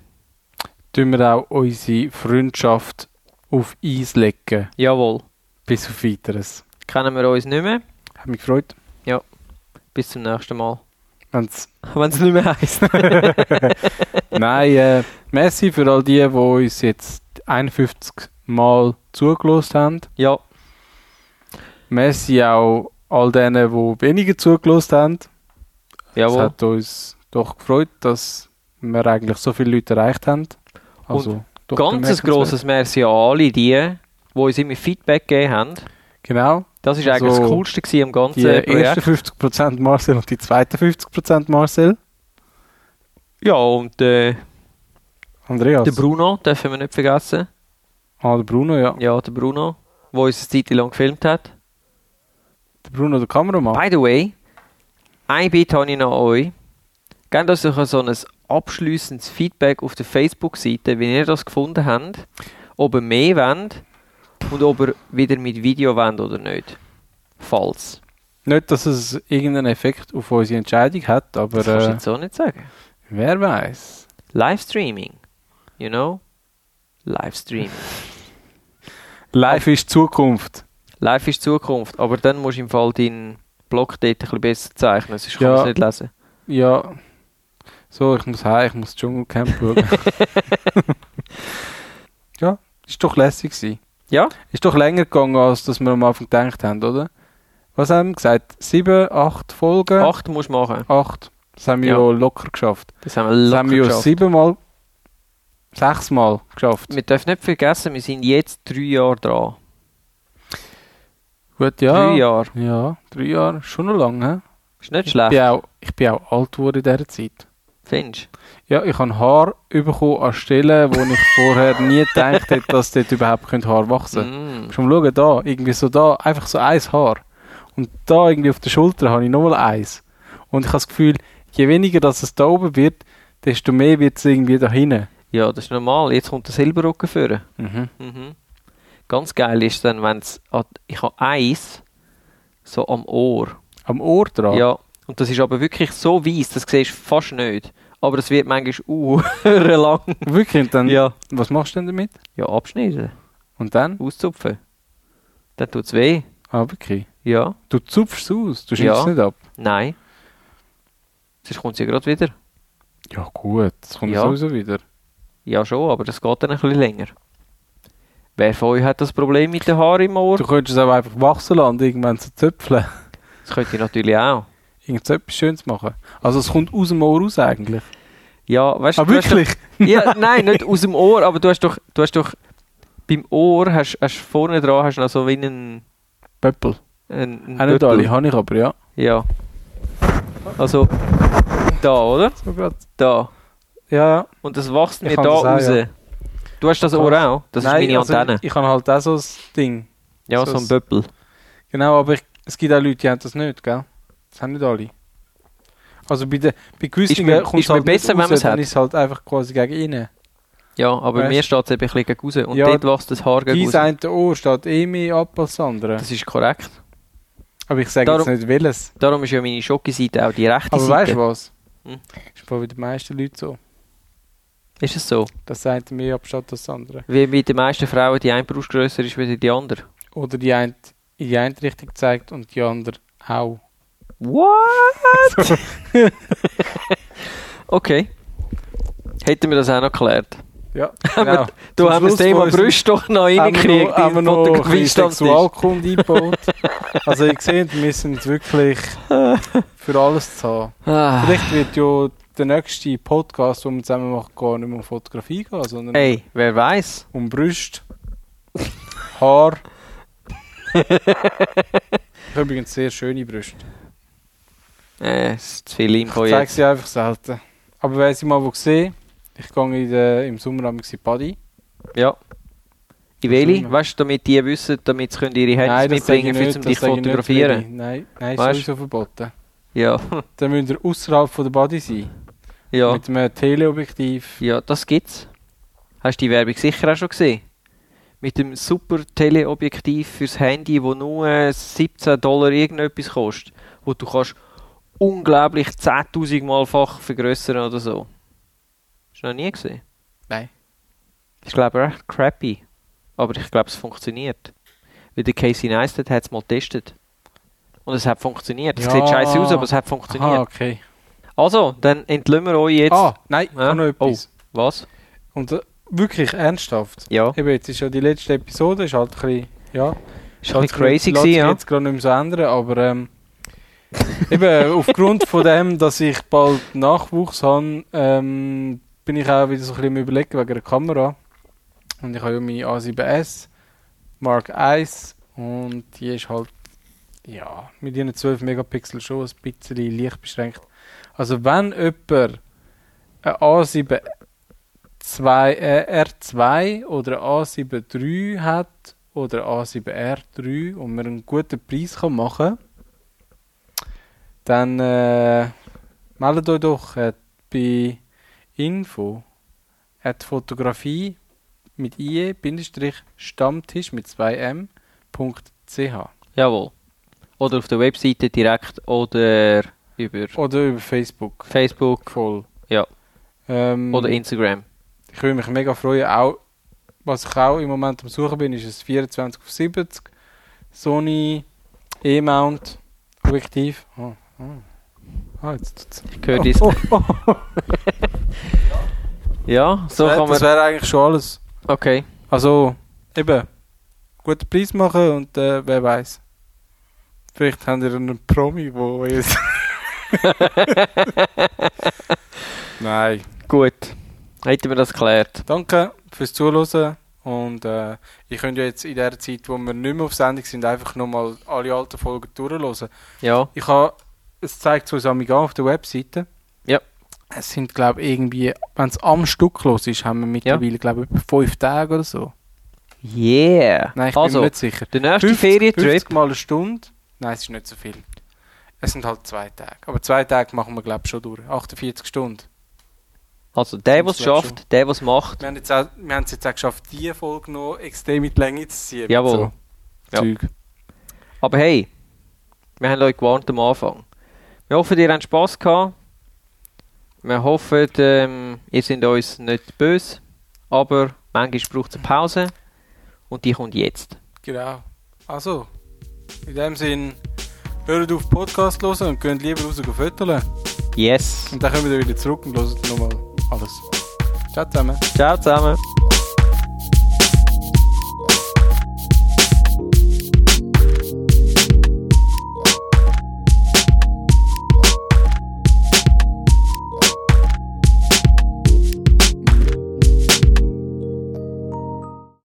[SPEAKER 2] Tun wir auch unsere Freundschaft auf Eis legen.
[SPEAKER 1] jawohl,
[SPEAKER 2] Bis auf Weiteres.
[SPEAKER 1] kennen wir uns nicht mehr.
[SPEAKER 2] Hat mich gefreut.
[SPEAKER 1] Bis zum nächsten Mal.
[SPEAKER 2] Wenn's
[SPEAKER 1] Wenn es nicht mehr heisst.
[SPEAKER 2] Nein, äh, merci für all die, die uns jetzt 51 Mal zugelost haben.
[SPEAKER 1] ja,
[SPEAKER 2] Merci auch all denen, die weniger zugelost haben. Es
[SPEAKER 1] jawohl.
[SPEAKER 2] hat uns doch gefreut, dass wir eigentlich so viele Leute erreicht haben. Also doch
[SPEAKER 1] Ganzes
[SPEAKER 2] bemerkenswert.
[SPEAKER 1] grosses Merci an alle die, die uns immer Feedback gegeben haben.
[SPEAKER 2] Genau.
[SPEAKER 1] Das ist eigentlich
[SPEAKER 2] Also,
[SPEAKER 1] das Coolste gewesen am ganzen
[SPEAKER 2] Die ersten
[SPEAKER 1] Projekt.
[SPEAKER 2] 50% Marcel und die zweiten 50% Marcel.
[SPEAKER 1] Ja, und äh,
[SPEAKER 2] Andreas.
[SPEAKER 1] der Bruno dürfen wir nicht vergessen.
[SPEAKER 2] ah, der Bruno, ja.
[SPEAKER 1] Ja, der Bruno, der uns eine Zeit lang gefilmt hat.
[SPEAKER 2] Der Bruno, der Kameramann.
[SPEAKER 1] By the way, ein Bitte habe ich noch an euch. Gebt uns doch so ein abschließendes Feedback auf der Facebook-Seite, wie ihr das gefunden habt, ob ihr mehr wollt und ob ihr wieder mit Video wollt oder nicht. Falls.
[SPEAKER 2] Nicht, dass es irgendeinen Effekt auf unsere Entscheidung hat, aber
[SPEAKER 1] Das kannst du
[SPEAKER 2] äh,
[SPEAKER 1] jetzt so nicht sagen.
[SPEAKER 2] wer weiß.
[SPEAKER 1] Livestreaming. You know? Livestreaming.
[SPEAKER 2] Live ist Zukunft.
[SPEAKER 1] Live ist Zukunft, aber dann musst du im Fall deinen Blog dort ein bisschen besser zeichnen, sonst
[SPEAKER 2] Ja.
[SPEAKER 1] kannst du es nicht lesen.
[SPEAKER 2] Ja. So, ich muss heim, ich muss Dschungelcamp schauen. ja, ist doch lässig gewesen.
[SPEAKER 1] Ja?
[SPEAKER 2] Ist doch länger gegangen, als dass wir am Anfang gedacht haben, oder? Was haben wir gesagt? Sieben, acht Folgen?
[SPEAKER 1] Acht musst du machen.
[SPEAKER 2] Acht. Das haben wir
[SPEAKER 1] Ja.
[SPEAKER 2] ja locker geschafft.
[SPEAKER 1] Das haben wir
[SPEAKER 2] Das
[SPEAKER 1] locker
[SPEAKER 2] haben wir ja
[SPEAKER 1] geschafft.
[SPEAKER 2] siebenmal, sechsmal geschafft.
[SPEAKER 1] Wir dürfen nicht vergessen, wir sind jetzt drei Jahre dran.
[SPEAKER 2] Gut, ja.
[SPEAKER 1] Drei Jahre.
[SPEAKER 2] Ja, drei Jahre. Schon noch lange. hä?
[SPEAKER 1] Ist nicht
[SPEAKER 2] Ich bin,
[SPEAKER 1] schlecht,
[SPEAKER 2] auch, ich bin auch alt geworden in dieser Zeit.
[SPEAKER 1] findest du?
[SPEAKER 2] Ja, ich habe Haar bekommen an Stellen, wo ich vorher nie gedacht hätte, dass dort überhaupt könnte Haar wachsen könnte.
[SPEAKER 1] Mm.
[SPEAKER 2] Schon mal schauen, da, irgendwie so da, einfach so ein Haar. Und da irgendwie auf der Schulter habe ich nochmal eins. Und ich habe das Gefühl, je weniger dass es da oben wird, desto mehr wird es irgendwie da hinten.
[SPEAKER 1] Ja, das ist normal. Jetzt kommt der Silberrücken vor.
[SPEAKER 2] Mhm.
[SPEAKER 1] Mhm. Ganz geil ist dann, wenn es... Ich habe eins so am Ohr.
[SPEAKER 2] Am Ohr dran.
[SPEAKER 1] Ja. Und das ist aber wirklich so weiss, das siehst du fast nicht. Aber es wird manchmal uhren lang.
[SPEAKER 2] Wirklich? Und dann,
[SPEAKER 1] Ja.
[SPEAKER 2] Was machst du denn damit?
[SPEAKER 1] Ja, abschneiden.
[SPEAKER 2] Und dann?
[SPEAKER 1] Auszupfen. Dann tut es weh.
[SPEAKER 2] Ah, wirklich?
[SPEAKER 1] Ja.
[SPEAKER 2] Du zupfst es aus, du schneidest
[SPEAKER 1] Ja.
[SPEAKER 2] es nicht ab.
[SPEAKER 1] Nein. Sonst kommt sie ja gerade wieder.
[SPEAKER 2] Ja gut, das kommt
[SPEAKER 1] Ja.
[SPEAKER 2] sowieso wieder.
[SPEAKER 1] Ja, schon, aber das geht dann ein bisschen länger. Wer von euch hat das Problem mit den Haaren im Ohr?
[SPEAKER 2] Du könntest es auch einfach wachsen lassen und irgendwann zu zöpfeln.
[SPEAKER 1] Das könnt ihr natürlich auch.
[SPEAKER 2] Irgendetwas Schönes machen. Also es kommt aus dem Ohr raus eigentlich.
[SPEAKER 1] Ja, weißt du.
[SPEAKER 2] Ah,
[SPEAKER 1] du hast
[SPEAKER 2] wirklich?
[SPEAKER 1] Doch, ja, nein, nicht aus dem Ohr, aber du hast doch, du hast doch beim Ohr hast, hast vorne dran hast noch so wie einen.
[SPEAKER 2] Pöppel.
[SPEAKER 1] einen,
[SPEAKER 2] Auch nicht
[SPEAKER 1] Döppel.
[SPEAKER 2] alle, habe ich aber, ja.
[SPEAKER 1] Ja. Also da, oder?
[SPEAKER 2] So grad.
[SPEAKER 1] Da.
[SPEAKER 2] Ja, ja.
[SPEAKER 1] Und das wächst
[SPEAKER 2] Ich
[SPEAKER 1] mir da
[SPEAKER 2] kann das auch,
[SPEAKER 1] raus.
[SPEAKER 2] ja.
[SPEAKER 1] Du hast das
[SPEAKER 2] Krass.
[SPEAKER 1] Ohr auch? Das ist meine
[SPEAKER 2] also
[SPEAKER 1] Antenne.
[SPEAKER 2] ich, ich habe halt auch so ein Ding.
[SPEAKER 1] ja,
[SPEAKER 2] so
[SPEAKER 1] so ein
[SPEAKER 2] ein-
[SPEAKER 1] Böppel.
[SPEAKER 2] Genau, aber ich, es gibt auch Leute, die haben das nicht, gell? Das haben nicht alle. Also bei, der, bei
[SPEAKER 1] Ist
[SPEAKER 2] gewissen
[SPEAKER 1] mir-
[SPEAKER 2] kommt's
[SPEAKER 1] ist mir
[SPEAKER 2] halt nicht
[SPEAKER 1] besser, wenn
[SPEAKER 2] raus,
[SPEAKER 1] man's
[SPEAKER 2] dann
[SPEAKER 1] hat.
[SPEAKER 2] ist es halt einfach quasi gegen innen.
[SPEAKER 1] Ja, aber
[SPEAKER 2] Weißt-
[SPEAKER 1] mir steht es eben ein bisschen gegen raus. Und
[SPEAKER 2] Ja,
[SPEAKER 1] dort wächst das Haar gegen
[SPEAKER 2] Dein
[SPEAKER 1] raus.
[SPEAKER 2] eine Ohr steht eh mehr ab als das andere.
[SPEAKER 1] Das ist korrekt.
[SPEAKER 2] Aber ich sage jetzt
[SPEAKER 1] Darum-
[SPEAKER 2] nicht welches.
[SPEAKER 1] Darum ist ja meine Schocke-Seite auch die rechte
[SPEAKER 2] Aber weißt
[SPEAKER 1] Seite.
[SPEAKER 2] du was?
[SPEAKER 1] Hm.
[SPEAKER 2] Ist bei den meisten Leuten so.
[SPEAKER 1] ist es so?
[SPEAKER 2] Das eine mehr abstatt als das andere.
[SPEAKER 1] Wie bei den meisten Frauen die eine Brust grösser ist wie die andere.
[SPEAKER 2] Oder die eine in die eine Richtung zeigt und die andere auch.
[SPEAKER 1] What? okay. Hätten wir das auch noch geklärt.
[SPEAKER 2] Ja,
[SPEAKER 1] Haben wir-
[SPEAKER 2] genau.
[SPEAKER 1] Du haben wir
[SPEAKER 2] Zum
[SPEAKER 1] das
[SPEAKER 2] Schluss
[SPEAKER 1] Thema
[SPEAKER 2] von unserem-
[SPEAKER 1] Brust doch noch reingekriegt
[SPEAKER 2] haben wir
[SPEAKER 1] in
[SPEAKER 2] noch, haben wir noch ein bisschen
[SPEAKER 1] Fotografie-Stammtisch.
[SPEAKER 2] Sexualkunde eingebaut. also ihr seht, wir sind wirklich für alles zu haben.
[SPEAKER 1] Ah.
[SPEAKER 2] Vielleicht wird ja der nächste Podcast, den wir zusammen machen, gar nicht mehr um Fotografie gehen, sondern
[SPEAKER 1] Ey, wer weiß?
[SPEAKER 2] um Brüste, Haar. ich habe übrigens sehr schöne Brüste.
[SPEAKER 1] Äh, es ist zu viel Info
[SPEAKER 2] Ich zeige
[SPEAKER 1] jetzt.
[SPEAKER 2] sie einfach selten. Aber wer sie mal wo gesehen, ich gehe in der, im Sommer am Paddy.
[SPEAKER 1] Ja. In welche?
[SPEAKER 2] Schlimmer.
[SPEAKER 1] Weißt du, damit die wissen, damit sie können ihre Handys
[SPEAKER 2] Nein, das sage ich
[SPEAKER 1] mitbringen, für
[SPEAKER 2] nicht,
[SPEAKER 1] zum
[SPEAKER 2] das
[SPEAKER 1] dich
[SPEAKER 2] sage ich nicht,
[SPEAKER 1] fotografieren.
[SPEAKER 2] Willi. Nein, nein,
[SPEAKER 1] Weißt?
[SPEAKER 2] ist sowieso verboten.
[SPEAKER 1] Ja,
[SPEAKER 2] Dann müsst ihr außerhalb von der Body sein.
[SPEAKER 1] ja,
[SPEAKER 2] Mit einem Teleobjektiv.
[SPEAKER 1] ja, das gibt's. Hast du die Werbung sicher auch schon gesehen? Mit dem super Teleobjektiv fürs Handy, wo nur äh, 17 Dollar irgendetwas kostet, wo du kannst unglaublich 10.000 Malfach vergrößern oder so. Hast du noch nie gesehen?
[SPEAKER 2] Nein.
[SPEAKER 1] Ist glaube ich recht crappy, aber ich glaube es funktioniert. Weil der Casey Neistat hat es mal getestet. Und es hat funktioniert. Es
[SPEAKER 2] Ja.
[SPEAKER 1] sieht scheiße aus, aber es hat funktioniert.
[SPEAKER 2] Aha, okay.
[SPEAKER 1] Also, dann entlömen wir euch jetzt.
[SPEAKER 2] Ah, nein, ich
[SPEAKER 1] Ja? Oh.
[SPEAKER 2] habe noch etwas.
[SPEAKER 1] Was?
[SPEAKER 2] Und äh, wirklich ernsthaft.
[SPEAKER 1] Ja.
[SPEAKER 2] Eben, jetzt ist ja die letzte Episode, ist halt ein bisschen, ja.
[SPEAKER 1] Ist ein bisschen
[SPEAKER 2] Lässt-
[SPEAKER 1] crazy
[SPEAKER 2] lässt
[SPEAKER 1] gewesen,
[SPEAKER 2] sich
[SPEAKER 1] ja.
[SPEAKER 2] jetzt gerade nicht mehr so ändern, aber ähm, eben aufgrund von dem, dass ich bald Nachwuchs habe, ähm, bin ich auch wieder so ein bisschen am überlegen wegen der Kamera. Und ich habe ja meine A7S, Mark I und die ist halt, ja, mit ihren 12 Megapixel schon ein bisschen leicht beschränkt. Also wenn jemand eine A7 2, äh, R2 oder eine A7 III hat oder eine A7 R3 und man einen guten Preis kann machen dann äh, meldet euch doch äh, bei info at fotografie mit ie-stammtisch mit 2m.ch
[SPEAKER 1] Jawohl. Oder auf der Webseite direkt oder über
[SPEAKER 2] oder über Facebook.
[SPEAKER 1] Facebook
[SPEAKER 2] Voll.
[SPEAKER 1] Ja.
[SPEAKER 2] Ähm,
[SPEAKER 1] oder Instagram.
[SPEAKER 2] Ich würde mich mega freuen. Auch, was ich auch im Moment am Suchen bin, ist ein 24 auf 70 Sony E-Mount Objektiv. Oh, oh. Ah, jetzt tut's. Oh.
[SPEAKER 1] Ich höre dies. ja, so
[SPEAKER 2] das
[SPEAKER 1] kann
[SPEAKER 2] wäre
[SPEAKER 1] man.
[SPEAKER 2] wär eigentlich schon alles.
[SPEAKER 1] Okay.
[SPEAKER 2] Also, eben, guten Preis machen und äh, wer weiß. Vielleicht habt ihr einen Promi, wo jetzt. Nein.
[SPEAKER 1] Gut. Hätten wir das geklärt.
[SPEAKER 2] Danke fürs Zuhören. Und äh, ihr könnt ja jetzt in der Zeit, wo wir nicht mehr auf Sendung sind, einfach nochmal alle alten Folgen durchhören.
[SPEAKER 1] Ja.
[SPEAKER 2] Ich habe, es zeigt es uns an auf der Webseite.
[SPEAKER 1] Ja.
[SPEAKER 2] Es sind, glaube ich, irgendwie, wenn es am Stück los ist, haben wir mittlerweile, glaube ich, etwa fünf Tage oder so.
[SPEAKER 1] Yeah.
[SPEAKER 2] Nein, ich
[SPEAKER 1] also,
[SPEAKER 2] bin mir nicht sicher.
[SPEAKER 1] der nächste
[SPEAKER 2] 50
[SPEAKER 1] Ferientrip.
[SPEAKER 2] 50 mal eine Stunde? Nein, es ist nicht so viel. Es sind halt zwei Tage. Aber zwei Tage machen wir, glaube ich, schon durch. 48 Stunden.
[SPEAKER 1] Also, der, der es
[SPEAKER 2] Fünfzig, glaub ich,
[SPEAKER 1] schafft, der, der es macht.
[SPEAKER 2] Wir haben, jetzt auch, wir haben es jetzt auch geschafft, diese Folge noch extrem in die Länge zu ziehen.
[SPEAKER 1] Jawohl.
[SPEAKER 2] So. Zeug.
[SPEAKER 1] Aber hey, wir haben euch gewarnt am Anfang. Wir hoffen, ihr habt Spass gehabt. Wir hoffen, ähm, ihr seid uns nicht böse. Aber manchmal braucht es eine Pause. Und die kommt jetzt.
[SPEAKER 2] Genau. Also, in dem Sinn, hört auf Podcast hören und geht lieber raus und fütteln.
[SPEAKER 1] Yes.
[SPEAKER 2] Und dann kommen wir wieder zurück und hören nochmal alles. Ciao zusammen.
[SPEAKER 1] Ciao zusammen.